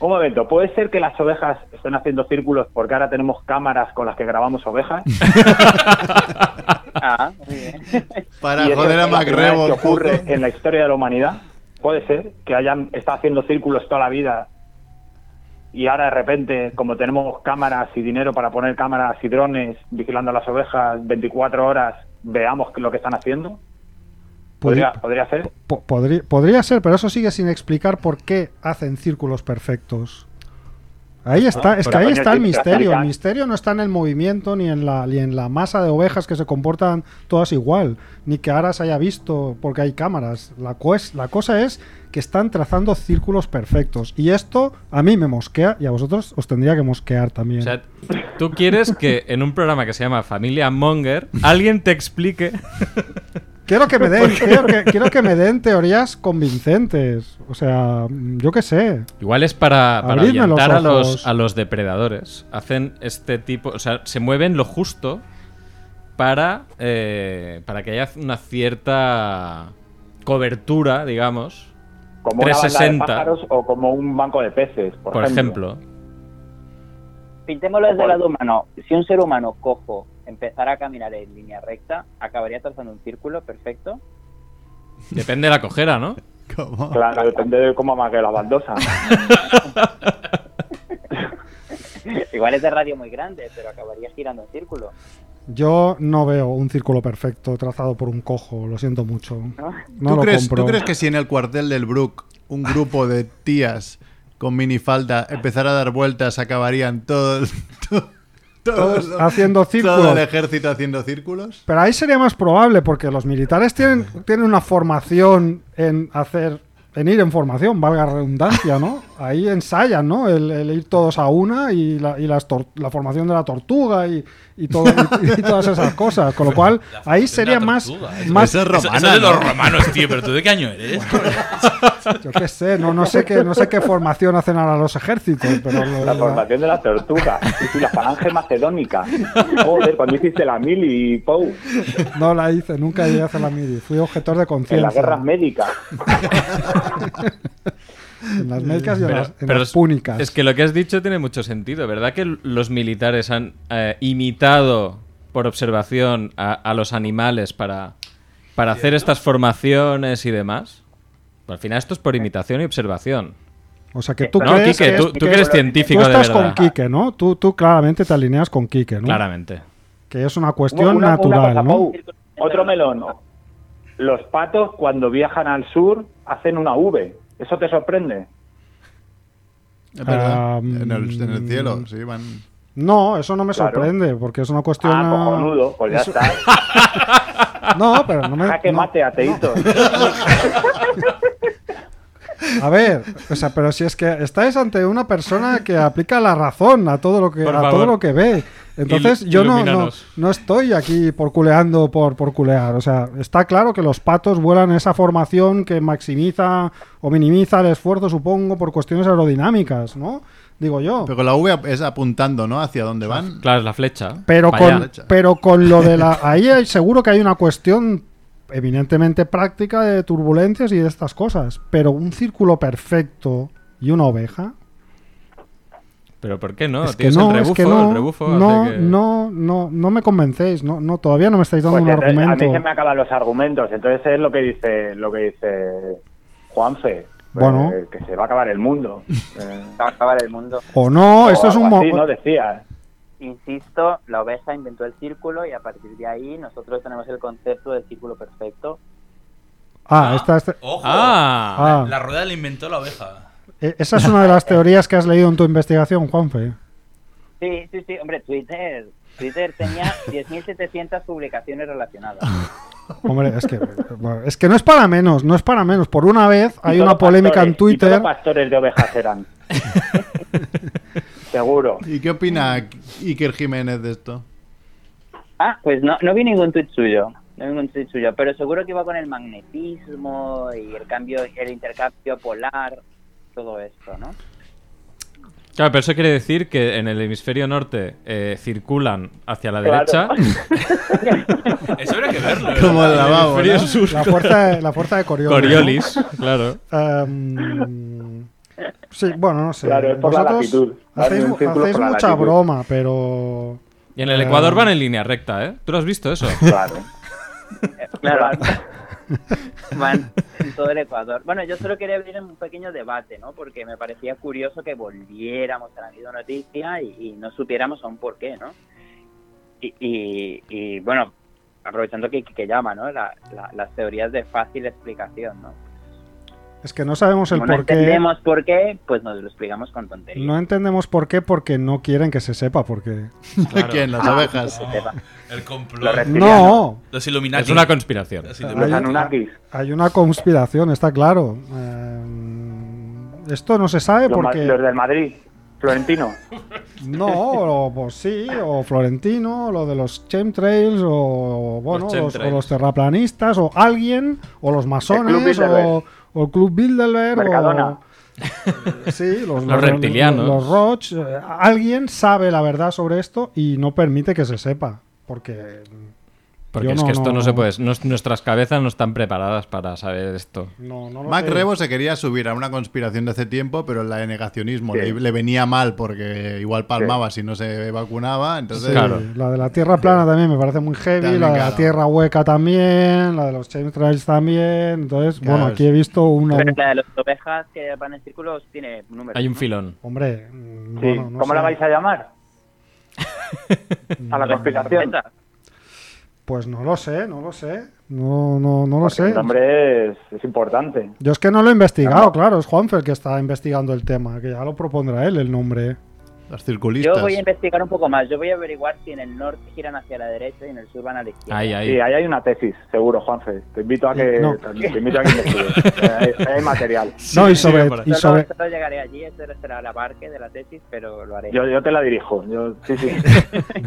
H: Un momento, ¿puede ser que las ovejas estén haciendo círculos porque ahora tenemos cámaras con las que grabamos ovejas?
E: Ah, muy bien.
D: Para
H: Y eso
D: joder a
H: es la primera vez
D: MacRebo.
H: que ocurre en la historia de la humanidad? ¿Puede ser que hayan estado haciendo círculos toda la vida y ahora de repente, como tenemos cámaras y dinero para poner cámaras y drones vigilando a las ovejas 24 horas, veamos lo que están haciendo? ¿Podría,
B: Podri-
H: podría ser?
B: po- podri- podría ser, pero eso sigue sin explicar por qué hacen círculos perfectos. Ahí está, es que
H: Ah, pero
B: ahí
H: coño,
B: está el
H: si te
B: misterio. El
H: explican-
B: misterio no está en el movimiento ni en la ni en la masa de ovejas que se comportan todas igual, ni que ahora se haya visto porque hay cámaras. La, cues- la cosa es que están trazando círculos perfectos y esto a mí me mosquea y a vosotros os tendría que mosquear también.
C: O sea, tú quieres que en un programa que se llama Familia Monger alguien te explique
B: Quiero que me den, quiero que, quiero que me den teorías convincentes. O sea, yo qué sé.
C: Igual es para, para
B: Abridme los
C: ahuyentar a, los,
B: ojos.
C: a los depredadores. Hacen este tipo. O sea, se mueven lo justo para, eh, para que haya una cierta cobertura, digamos.
H: ¿Como una
C: 360.
H: banda de pájaros o como un banco de peces? Por,
C: Por, ejemplo.
E: Pintémoslo desde el lado humano. Si un ser humano cojo empezara a caminar en línea recta, acabaría trazando un círculo perfecto.
C: Depende de la cojera, ¿no?
D: ¿Cómo?
H: Claro, depende de cómo amague la baldosa.
E: Igual es de radio muy grande, pero acabaría girando en círculo.
B: Yo no veo un círculo perfecto trazado por un cojo, lo siento mucho.
E: ¿no?
B: No
D: ¿Tú,
B: lo
D: crees,
B: compro.
D: tú crees que si en el cuartel del Brook un grupo de tías con minifalda empezara a dar vueltas acabarían todos, to- todos,
B: Todos haciendo
D: Todo
B: círculos.
D: el ejército haciendo círculos?
B: Pero ahí sería más probable porque los militares tienen, tienen una formación en hacer en ir en formación, valga la redundancia, ¿no? Ahí ensayan, ¿no? El, el ir todos a una y la, y las tor- la formación de la tortuga y, y todo- y- y todas esas cosas. Con lo cual, ahí sería más, más
D: Esa
A: Eso,
D: es romana,
A: eso es de
D: ¿no?
A: los romanos, tío, pero tú de qué año eres?
B: yo qué sé, no, no sé qué, no sé qué formación hacen ahora los ejércitos, pero lo- la-
H: La formación de la tortuga. Y sí, la falange macedónica. Joder, cuando hiciste la mili y Pou.
B: no la hice, nunca llegué a hacer la mili, fui objetor de
H: En
B: conciencia.
H: las guerras médicas.
B: En las médicas y en
C: Pero-
B: las, en
C: pero
B: las
C: es-
B: púnicas.
C: Es que lo que has dicho tiene mucho sentido, ¿verdad? Que l- los militares han eh, imitado por observación a, a los animales para, para hacer estas formaciones y demás. Pues Al final esto es por imitación y observación.
B: O sea
H: Eh,
B: que tú
C: No,
B: crees
C: Quique,
B: que
C: tú,
B: es-
C: tú que eres científico
B: tú estás
C: de
B: con
C: verdad.
B: Quique, ¿no? Tú, tú claramente te alineas con Quique, ¿no?
C: Claramente.
B: Que es una cuestión
H: Una- una
B: natural,
H: cosa,
B: ¿no?
H: Pou, otro melón. Los patos cuando viajan al sur hacen una V. ¿Eso te sorprende?
D: Es verdad.
B: Ah,
D: en, el, en el
B: mm.
D: cielo, sí, van.
B: No, eso no me
H: Claro.
B: sorprende, porque es una cuestión...
H: Ah, cojonudo, pues ya
B: eso-
H: está.
B: No, pero no me...
H: Jaque
B: no.
H: mate, ateíto.
B: A ver, o sea, pero si es que estáis ante una persona que aplica la razón a todo lo que,
C: Por
B: a todo
C: favor.
B: lo que ve. Entonces
C: Il-
B: yo no, no,
C: ilumínanos.
B: no estoy aquí por culeando por, por culear. O sea, está claro que los patos vuelan esa formación que maximiza o minimiza el esfuerzo, supongo, por cuestiones aerodinámicas, ¿no? Digo yo.
D: Pero con la V ap- es apuntando, ¿no? Hacia dónde van.
C: Claro, es la flecha.
B: Pero
C: Pa'
B: con,
C: allá.
B: pero con lo de la... Ahí hay- seguro que hay una cuestión evidentemente práctica de turbulencias y de estas cosas. Pero un círculo perfecto y una oveja...
C: Pero ¿por qué no?
B: es que
C: Tienes
B: no,
C: el rebufo,
B: es que no,
C: el rebufo hace
B: no,
C: que-
B: no, no, no me convencéis, no, no, todavía no me estáis dando
H: Pues
B: un
H: entonces, a mí se
B: argumento.
H: me acaban los argumentos. Entonces es lo que dice, lo que dice Juanfe. pues,
B: Bueno.
H: que se va a acabar el mundo. Eh,
E: Se va a acabar el mundo.
B: O no, esto
H: o
B: es un
H: algo
B: mo-
H: así, ¿no? Decía.
E: Insisto, la oveja inventó el círculo y a partir de ahí nosotros tenemos el concepto del círculo perfecto.
B: Ah, esta, esta-
A: Ojo.
C: Ah,
B: Ah.
A: La rueda la inventó la oveja.
B: eh, esa es una de las teorías que has leído en tu investigación, Juanfe.
E: Sí, sí, sí, hombre, Twitter. Twitter tenía 10.700 publicaciones relacionadas.
B: Hombre, es que, bueno, es que no es para menos, no es para menos. Por una vez
H: Y
B: hay
H: todo
B: una polémica en
H: pastores, y todo
B: Twitter.
H: pastores de ovejas eran. Seguro.
D: ¿Y qué opina Iker Jiménez de esto?
E: Ah, pues no, no vi ningún tuit suyo. No vi ningún tuit suyo, pero seguro que iba con el magnetismo y el cambio, el intercambio polar, todo esto, ¿no?
C: Claro, pero eso quiere decir que en el hemisferio norte eh, circulan hacia la
H: Claro.
C: derecha.
A: Eso habría que verlo. ¿eh?
D: Como el lavabo.
C: hemisferio
D: ¿no?
C: sur,
B: Ah, La fuerza, de- la fuerza de Coriolis. ¿no?
C: Coriolis, claro.
B: Em, sí, bueno, no sé.
H: Claro, es por la
B: Vosotros
H: latitud.
B: Hacéis,
H: Hay un círculo
B: hacéis
H: por la
B: mucha
H: latitud.
B: broma, pero...
C: Y en el
B: Eh,
C: Ecuador van en línea recta, ¿eh? ¿Tú lo has visto eso?
H: Claro.
E: Claro. Van en todo el Ecuador. Bueno, yo solo quería abrir un pequeño debate, ¿no? Porque me parecía curioso que volviéramos a la misma noticia y, y no supiéramos aún por qué, ¿no? Y, y- y, bueno, aprovechando que, que llama, ¿no? La- la- las teorías de fácil explicación, ¿no?
B: Es que no sabemos el
E: Como no
B: por qué.
E: entendemos por qué, pues nos lo explicamos con tonterías.
B: No entendemos por qué, porque no quieren que se sepa por qué.
D: ¿Quién?
E: Ah,
D: Las ovejas.
E: pues, este
A: No, el complot. Los,
H: Los reptilianos.
B: No,
A: Illuminati.
C: Es una conspiración.
A: Los Illuminati.
H: Los
B: Hay-
H: Anunnakis.
B: hay una conspiración, está claro. Eh, esto no se sabe
H: Los, ma- los
B: porque
H: del Madrid. Florentino.
B: no, o pues sí, o Florentino, o lo de los chemtrails, o bueno,
C: Los
B: los, o
C: chemtrails.
B: los terraplanistas, o alguien, o los masones,
H: Bilderberg.
B: o, o el Club Bilderberg,
H: Mercadona.
B: o sí, los,
C: Los reptilianos.
B: los, Roch. eh, Alguien sabe la verdad sobre esto y no permite que se sepa, porque
C: Porque
B: Yo
C: es
B: no-
C: que esto no
B: no-
C: se puede. nos- nuestras cabezas no están preparadas para saber esto.
B: no, no lo
D: Mac
B: sé.
D: Rebo se quería subir a una conspiración de hace tiempo, pero la de negacionismo
H: Sí.
D: le, le venía mal porque igual palmaba si no se vacunaba. Entonces,
B: Sí,
C: Claro.
B: La de la tierra plana también me parece muy heavy,
D: También,
B: la de
D: claro.
B: la tierra hueca también, la de los chemtrails también. Entonces,
D: Claro,
B: bueno, aquí he visto una.
E: Pero la de las ovejas que van en círculos tiene números.
C: Hay un
E: ¿no?
C: filón.
B: Hombre, mm,
H: Sí.
B: bueno, no
H: ¿Cómo la
B: sé.
H: vais a llamar? a la conspiración.
E: Esa.
B: Pues no lo sé, no lo sé. No, no, no lo
H: Porque
B: sé.
H: Pues El nombre es, es importante.
B: Yo es que no lo he investigado,
H: Claro.
B: claro. Es Juanfer el que está investigando el tema, que ya lo propondrá él el nombre.
D: los circulistas.
E: Yo voy a investigar un poco más. Yo voy a averiguar si en el norte giran hacia la derecha y en el sur van a la izquierda.
C: Ahí, ahí.
H: Sí, ahí hay una tesis, seguro, Juanfe. Te invito a que,
B: No.
H: te, te invito a que investigues. Eh, hay, hay material.
B: no, y
C: sí, me
B: sobre,
C: parece.
B: y
E: Solo,
B: sobre,
E: solo llegaré allí, ese será el abarque de la tesis, pero lo haré.
H: Yo, yo te la dirijo. Yo, sí, sí.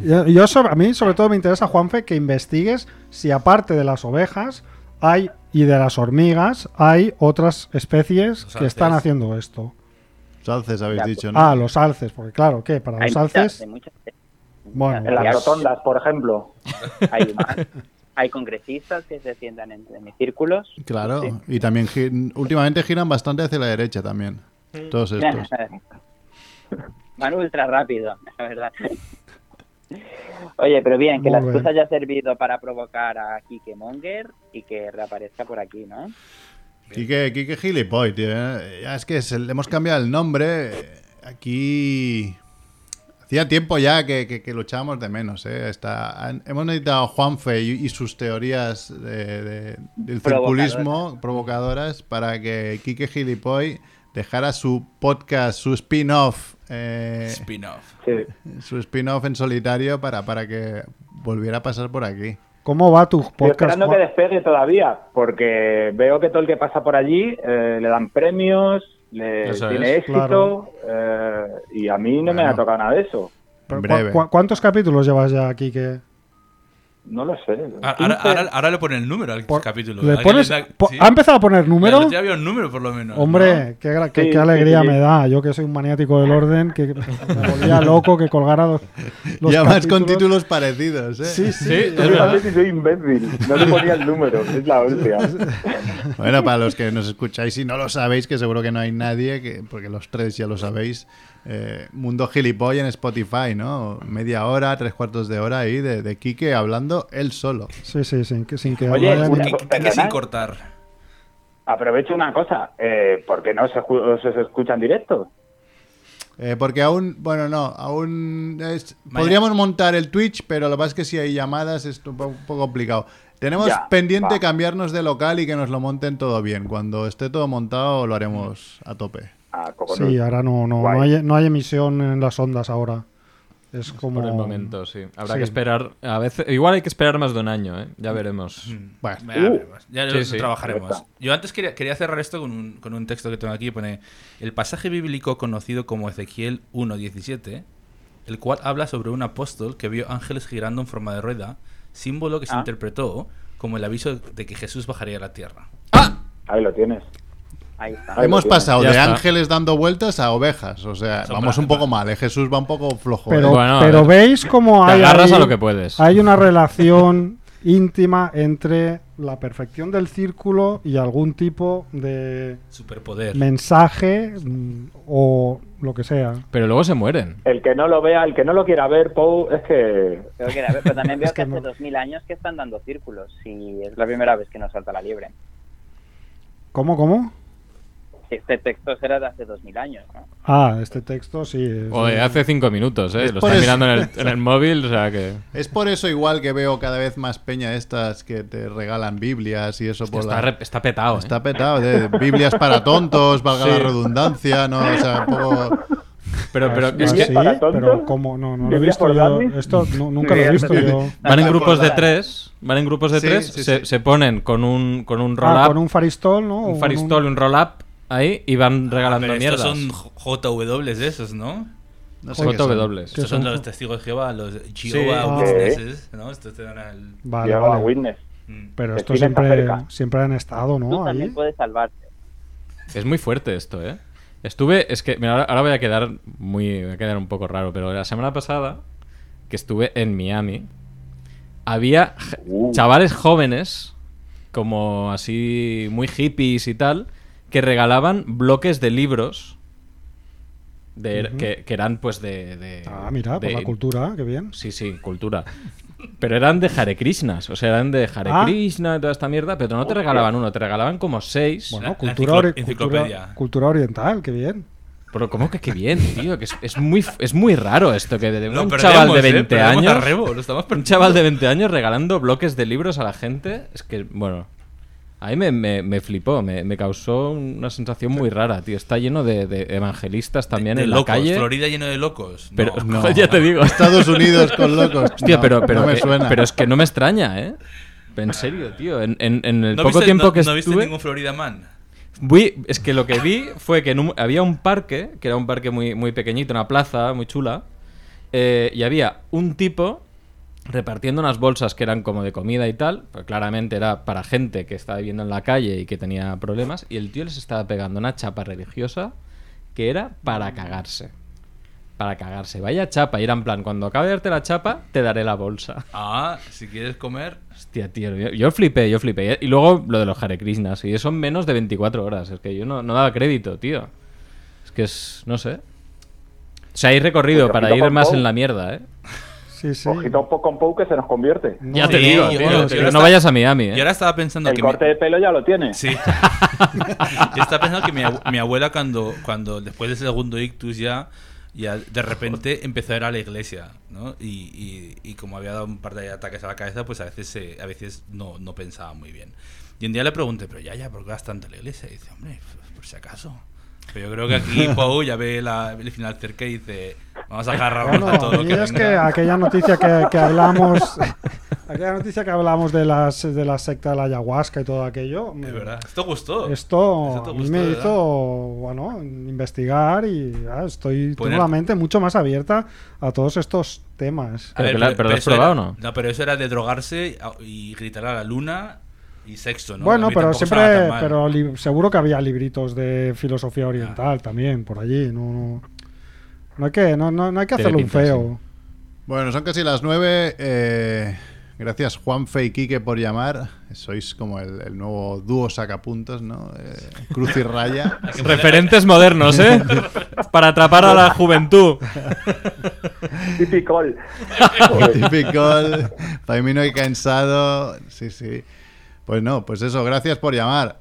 B: Yo, yo sobre- a mí sobre todo me interesa, Juanfe, que investigues si aparte de las ovejas hay y de las hormigas hay otras especies
A: Los
B: que están
A: alces.
B: haciendo esto.
D: Salces, habéis
E: Ya,
D: dicho, ¿no?
B: Ah, los alces, porque claro, ¿qué? Para
E: hay
B: los
E: muchas,
B: alces...
E: hay muchas tesis.
B: Bueno. pues,
H: En las rotondas, por ejemplo.
E: Hay, más. hay congresistas que se sientan en, en mis círculos.
D: Claro,
E: Sí.
D: y también gi- últimamente giran bastante hacia la derecha también. Todos estos.
E: Van ultra rápido, la verdad. Oye, pero bien, que la
B: Muy bien.
E: excusa ya ha servido para provocar a Kike Monger y que reaparezca por aquí, ¿no?
D: Quique, Quique Gilipoy, tío. ¿eh? Ya es que se- le hemos cambiado el nombre. Aquí. Hacía tiempo ya que, que, que lo echábamos de menos, ¿eh? Está, han- hemos necesitado a Juanfe y, y sus teorías de- de- del
E: Provocadoras.
D: circulismo provocadoras para que Quique Gilipoy dejara su podcast, su spin-off. eh,
A: Spin-off.
H: Sí.
D: su spin-off en solitario para, para que volviera a pasar por aquí.
B: ¿Cómo va tu
H: Estoy
B: podcast?
H: esperando que
B: Juan?
H: despegue todavía, porque veo que todo el que pasa por allí eh, le dan premios, le
C: Eso
H: tiene
C: es,
H: éxito, eh, y a mí no me
D: Bueno.
H: ha tocado nada de eso.
B: Pero, ¿cu-
D: breve.
B: cu- ¿Cuántos capítulos llevas ya aquí que
H: No lo sé.
A: Ahora, ahora-
H: 15.
A: ahora- ahora le pone el número al
B: Por-
A: Este capítulo. ¿eh?
B: ¿Le
A: Alguien
B: pones,
A: da-
B: po-
A: sí.
B: ¿Ha empezado a poner
A: El
B: número?
A: otro día había un número, por lo menos. ¿no?
B: Hombre, qué, gra- qué-
H: Sí,
B: qué
H: sí,
B: alegría
H: sí. Ah.
B: me da. Yo que soy un maniático del orden, que me volvía loco que colgara los, los
D: y además con
B: capítulos.
D: títulos parecidos, ¿eh?
B: Sí, sí.
C: Sí,
H: Yo fíjate si soy imbécil, no le ponía el número, es la hostia.
D: Bueno, para los que nos escucháis y no lo sabéis, que seguro que no hay nadie, que, porque los tres ya lo sabéis, eh, Mundo Gilipoy en Spotify, ¿no? Media hora, tres cuartos de hora ahí de, de Quique hablando él solo.
B: Sí, sí, sin que, sin que
H: Oye,
B: haya
A: Quique-
H: una-
B: ni-
A: Quique
H: perdonad.
A: sin cortar.
H: Aprovecho una cosa, eh, ¿por qué no se, ju- se escucha en directo?
D: Eh, porque aún, bueno, no, aún es-
A: Vaya.
D: podríamos montar el Twitch, pero lo que pasa es que si hay llamadas es un po- un poco complicado. Tenemos
H: Ya,
D: pendiente
H: va.
D: cambiarnos de local y que nos lo monten todo bien. Cuando esté todo montado lo haremos a tope.
H: Ah, cojonudo.
B: Sí, ahora no, no,
H: Guay.
B: no, hay, no hay emisión en las ondas ahora. Es como...
C: Por el momento, sí. Habrá
B: Sí.
C: que esperar. A veces, igual hay que esperar más de un año, ¿eh? Ya veremos.
B: Mm.
D: Bueno,
A: Ya veremos, ya lo-
C: Sí, sí.
A: trabajaremos.
H: Correcto.
A: Yo antes quería, quería cerrar esto con un, con un texto que tengo aquí. Pone: El pasaje bíblico conocido como Ezequiel 1.17, el cual habla sobre un apóstol que vio ángeles girando en forma de rueda, símbolo que se
H: Ah.
A: interpretó como el aviso de que Jesús bajaría a la tierra.
H: Ahí lo tienes.
E: Ahí está.
H: Ahí
D: Hemos
H: lo tienes.
D: pasado
C: Ya
D: de
C: está.
D: ángeles dando vueltas a ovejas. O sea,
A: Eso
D: vamos
A: va-
D: un poco mal. ¿eh? Jesús va un poco flojo.
B: Pero,
D: ¿eh?
C: Bueno, a
B: pero
C: ver.
B: veis cómo
C: Te
B: hay...
C: agarras a
B: ahí-
C: lo que puedes.
B: Hay una relación íntima entre la perfección del círculo y algún tipo de
A: Superpoder. Ah,
B: mensaje mm, o lo que sea.
C: Pero luego se mueren.
H: El que no lo vea, el que no lo quiera ver, Pou, es que
E: Creo que era- pero también veo
B: Es que
E: que
B: no.
E: hace 2000 años que están dando círculos y es la primera vez que nos salta la liebre.
B: ¿Cómo, cómo?
E: Este texto será de hace 2000 años, ¿no?
B: Ah, este texto sí. es-
C: O de hace cinco minutos, ¿eh?
D: Es
C: Lo
D: por
C: están
D: eso.
C: mirando en el, en el móvil, o sea que.
D: Es por eso igual que veo cada vez más peña estas que te regalan Biblias y eso por
C: Está,
D: la...
C: re- está petado. ¿eh?
D: Está petado, de Biblias para tontos, valga la redundancia, ¿no? O sea, un poco...
C: Pero, pero
B: Ah,
C: es que
B: sí,
H: para tontos,
B: pero como no, no lo he
H: ¿Biblia
B: visto
H: por
B: yo.
H: Gandhi?
B: Esto no- nunca lo he visto yo.
C: van en
D: Está
C: grupos de
D: colgada.
C: tres. Van en grupos de
D: Sí,
C: tres.
D: sí,
C: se,
D: sí.
C: se ponen con un, con un roll-up.
B: Ah, con un faristol, ¿no? O
C: un
B: con
C: faristol, un roll-up ahí y van regalando
A: Pero estos
C: mierdas.
A: son JW de esos, ¿no?
D: No sé qué son.
C: JW.
A: Estos son, los testigos de Jehová, los Jehovah
B: Ah.
A: Witnesses, ¿no? Estos te dan al...
B: Vale,
H: llevaba
B: vale.
H: Witness.
A: Mm.
B: Pero
H: El
B: esto
H: cine está
B: siempre,
H: cerca.
B: siempre han estado,
E: Tú
B: ¿no?
E: también
B: Ahí.
E: puedes salvarte.
C: Es muy fuerte esto, ¿eh? Estuve, es que, mira, ahora, ahora voy a quedar muy, voy a quedar un poco raro, pero la semana pasada, que estuve en Miami, había j-
H: Uh.
C: chavales jóvenes, como así, muy hippies y tal, que regalaban bloques de libros de, que, que eran pues de... de-
B: Ah, mira, por
C: de-
B: la cultura, qué bien.
C: Sí, sí, cultura. Pero eran de Hare Krishnas, o sea, eran de Hare
B: Ah.
C: Krishna y toda esta mierda, pero no te regalaban uno, te regalaban como seis.
B: Bueno,
A: La- la
B: cultura,
A: enciclo-
B: ori- cultura,
A: enciclopedia.
B: cultura oriental, qué bien.
C: Pero ¿cómo que qué bien, tío? Que es, es muy, es muy raro esto, que de
A: Lo
C: un
A: perdemos,
C: chaval de
A: ¿eh?
C: 20
A: Perdemos a
C: años...
A: Rebo, lo estamos
C: Un
A: perdiendo.
C: chaval de 20 años regalando bloques de libros a la gente, es que, bueno... Ahí me, me, me flipó, me, me causó una sensación muy rara, tío. Está lleno de, de evangelistas también
A: de
C: en
A: locos,
C: la calle.
A: Florida lleno de locos.
C: Pero,
A: no,
C: ya te digo.
D: Estados Unidos con locos.
C: Hostia,
D: No,
C: pero, pero,
D: no me
C: que-
D: suena.
C: pero es que no me extraña, ¿eh? En serio, tío. En, en- en el
A: ¿No
C: poco
A: viste-
C: tiempo
A: no-
C: que
A: ¿No viste
C: estuve...
A: ningún Florida Man?
C: vi- es que lo que vi fue que en un- había un parque, que era un parque muy, muy pequeñito, una plaza muy chula, eh, y había un tipo repartiendo unas bolsas que eran como de comida y tal, pero claramente era para gente que estaba viviendo en la calle y que tenía problemas, y el tío les estaba pegando una chapa religiosa que era para cagarse. Para cagarse. Vaya chapa. Y era en plan, cuando acabe de darte la chapa, te daré la bolsa.
A: Ah, si quieres comer.
C: Hostia, tío, yo, yo flipé, yo flipé. Y luego lo de los Hare Krishnas, y eso en menos de 24 horas. Es que yo no, no daba crédito, tío. Es que es. no sé. O sea, hay recorrido
H: Pues
C: para
H: ojito
C: ir
H: con
C: más
H: Pou.
C: en la mierda, ¿eh?
B: Sí, sí.
H: Ojito po- con Pou que se nos convierte.
B: No,
C: Ya te
A: Sí,
C: digo,
A: yo-
C: tío,
A: yo-
C: que
A: yo
C: no
A: estaba-
C: vayas a Miami,
A: Y
C: ¿eh?
A: ahora estaba pensando
H: El
A: que. mi-
H: corte de pelo ya lo tiene.
A: Sí. Yo estaba pensando que mi, abu- mi abuela, cuando, cuando después del segundo ictus ya, ya de repente empezó a ir a la iglesia, ¿no? Y, y- y como había dado un par de ataques a la cabeza, pues a veces, se- a veces no, no pensaba muy bien. Y un día le pregunté, pero ya, ya, ¿por qué vas tanto a la iglesia? Y dice, hombre, pues por si acaso. Pero yo creo que aquí Pou ya ve la- el final cerca y dice, vamos a agarrarnos
B: Bueno,
A: a todo lo
B: y
A: que
B: es que
A: venga".
B: aquella noticia que, que hablamos, aquella noticia que hablamos de las de la secta de la ayahuasca y todo aquello,
A: Es verdad. Esto gustó.
B: esto
A: Eso
B: a
A: te
B: mí
A: gustó,
B: me
A: ¿verdad?
B: hizo, bueno, investigar y ah, estoy
A: Poner-
B: tengo la mente mucho más abierta a todos estos temas.
A: Ah,
C: Pero que la- pero lo has
A: eso
C: probado,
A: era-
C: ¿no?
A: No, pero eso era de drogarse a- y gritar a la luna y sexo, ¿no? A
B: bueno,
A: mí
B: pero
A: tampoco estaba
B: siempre,
A: tan mal.
B: pero li- seguro que había libritos de filosofía oriental también por allí, no, no, no hay que, no, no, no hay que
C: Tiene
B: hacerlo un
C: pinta,
B: feo.
D: Bueno, son casi las 9. eh, gracias, Juan Fe y Quique, por llamar. Sois como el, el nuevo dúo sacapuntos, ¿no? Eh, Cruz y Raya.
C: Referentes modernos, ¿eh? Para atrapar a la juventud.
H: Típico.
D: Típico, Paimino y cansado. Sí, sí. Pues no, pues eso, gracias por llamar.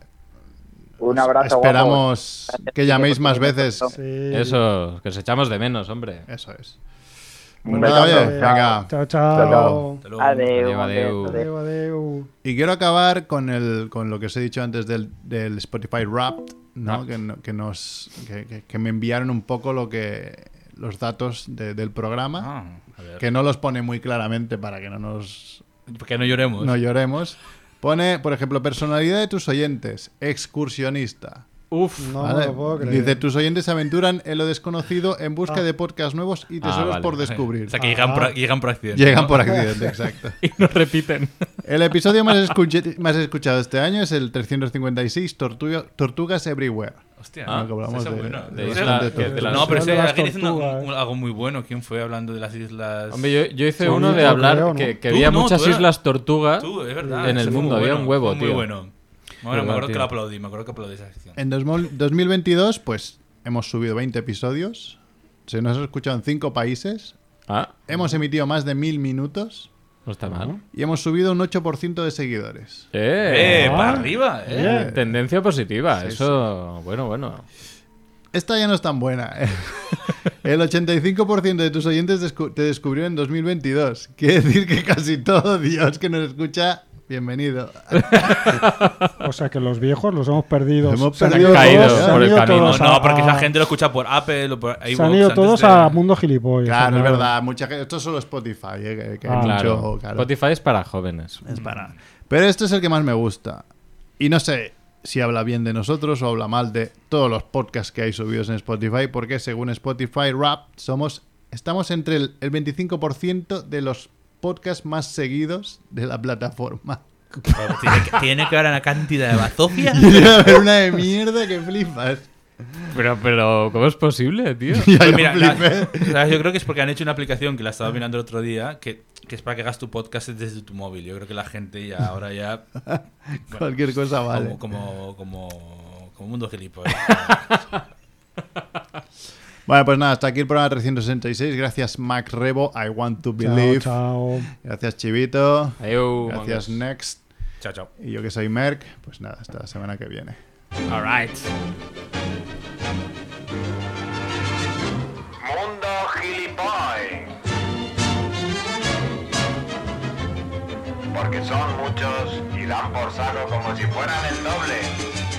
H: Un abrazo.
D: Pues Esperamos
H: guapos.
D: que llaméis más veces.
B: Sí.
C: Eso, que os echamos de menos, hombre.
D: Eso es.
H: Un
D: Nada,
H: besazo.
D: oye, venga.
B: Chao,
H: Chao.
B: chao.
A: Hasta
E: Adeu,
A: luego.
C: Adeu, adeu.
E: adeu,
B: Adeu,
E: adeu.
B: adeu.
D: Y quiero acabar con, el, con lo que os he dicho antes del, del Spotify Wrapped, ¿no?
C: Wrapped.
D: Que, no- que nos, que, que- que me enviaron un poco lo que los datos de- del programa,
A: Ah, a ver.
D: que no los pone muy claramente para que no nos
A: Que no lloremos.
D: no lloremos. Pone, por ejemplo, personalidad de tus oyentes, excursionista.
C: Uf.
B: No
D: ¿vale?
B: me lo puedo creer.
D: Dice, tus oyentes se aventuran en lo desconocido en busca
B: Ah.
D: de podcasts nuevos y
C: Ah,
D: tesoros
C: vale.
D: por descubrir.
A: O sea, que llegan, por, que llegan por accidente.
D: Ah. Llegan
A: ¿no?
D: por accidente, exacto.
C: Y nos repiten.
D: El episodio más, escuche- más escuchado este año es el 356, Tortuga- Tortugas Everywhere.
A: Hostia,
C: Ah,
A: no,
D: que hablamos
A: eso es
D: de-
A: bueno.
D: de
A: Eso es-
C: isla-
A: que-
C: de las-
A: No, pero
B: de
A: ese
B: las
A: alguien hizo una-
B: tortugas.
A: un- algo muy bueno. ¿Quién fue hablando de las islas?
C: Hombre, yo, yo hice
B: Sí,
C: uno de
B: yo
C: hablar
B: creo, ¿no?
C: que, que
A: Tú,
C: había
A: no,
C: muchas
A: tú eras-
C: islas tortugas.
A: Tú, es verdad.
C: en el
A: ese fue
C: mundo
A: muy
C: había
A: bueno,
C: un huevo,
A: fue Muy
C: tío.
A: bueno. Bueno,
C: Verdad,
A: me acuerdo que
C: tío. Eh,
A: lo aplaudí, me acuerdo que aplaudí esa sección.
D: En dos mil- 2022, pues hemos subido 20 episodios. Se nos ha escuchado en 5 países.
C: Ah,
D: Hemos emitido más de 1000 minutos.
A: Ah.
C: no está mal.
D: Y hemos subido un 8% de seguidores.
C: Eh,
A: ¡Eh!
C: ah,
A: ¡Para arriba! ¡Eh!
C: eh, tendencia positiva.
D: Sí,
C: Eso, bueno, bueno.
D: Esta ya no es tan buena. ¿eh? El 85% de tus oyentes descu- te descubrió en 2022. Quiere decir que casi todo Dios que nos escucha, bienvenido.
B: O sea que los viejos los hemos perdido.
D: Los hemos
B: Se han
D: perdido
B: ido
C: caído
B: todos- se
C: por
B: han
C: el
B: ido
C: camino.
A: No,
B: todos a-
A: no, porque esa
B: a-
A: gente lo escucha por Apple o por
B: Se han
A: iVoox
B: ido
A: antes
B: todos
A: de-
B: a Mundo Gilipollas.
D: Claro, es
B: ¿no?
D: verdad. Mucha gente, esto es solo Spotify, eh, que- que hay
B: Ah,
C: Claro.
D: mucho- claro.
C: Spotify es para jóvenes.
D: Es para- Pero este es el que más me gusta. Y no sé si habla bien de nosotros o habla mal de todos los podcasts que hay subidos en Spotify, porque según Spotify Rap somos estamos entre el, el 25% de los podcasts más seguidos de la plataforma.
A: Pero Tiene que, tiene que haber una cantidad de bazofia.
D: Debe haber una de mierda que flipas.
C: Pero, pero, ¿cómo es posible, tío?
D: Ya
A: Pues
D: yo
A: mira, la-
D: flipé.
A: ¿sabes? yo creo que es porque han hecho una aplicación que la estaba mirando el otro día, que, que es para que hagas tu podcast desde tu móvil. Yo creo que la gente ya ahora ya... bueno,
D: Cualquier cosa vale.
A: Como, como, como, como mundo gilipollas.
D: Bueno, pues nada, hasta aquí el programa 366. Gracias Mac Rebo, I Want to
B: Chao,
D: Believe.
B: chao.
D: Gracias Chivito.
C: Adeu,
D: Gracias
C: mangas.
D: Next.
A: chao, chao.
D: Y yo que soy Merck, pues nada, hasta la semana que viene.
C: All right.
I: Mundo Gilipoy. Porque son muchos y dan por saco como si fueran el doble.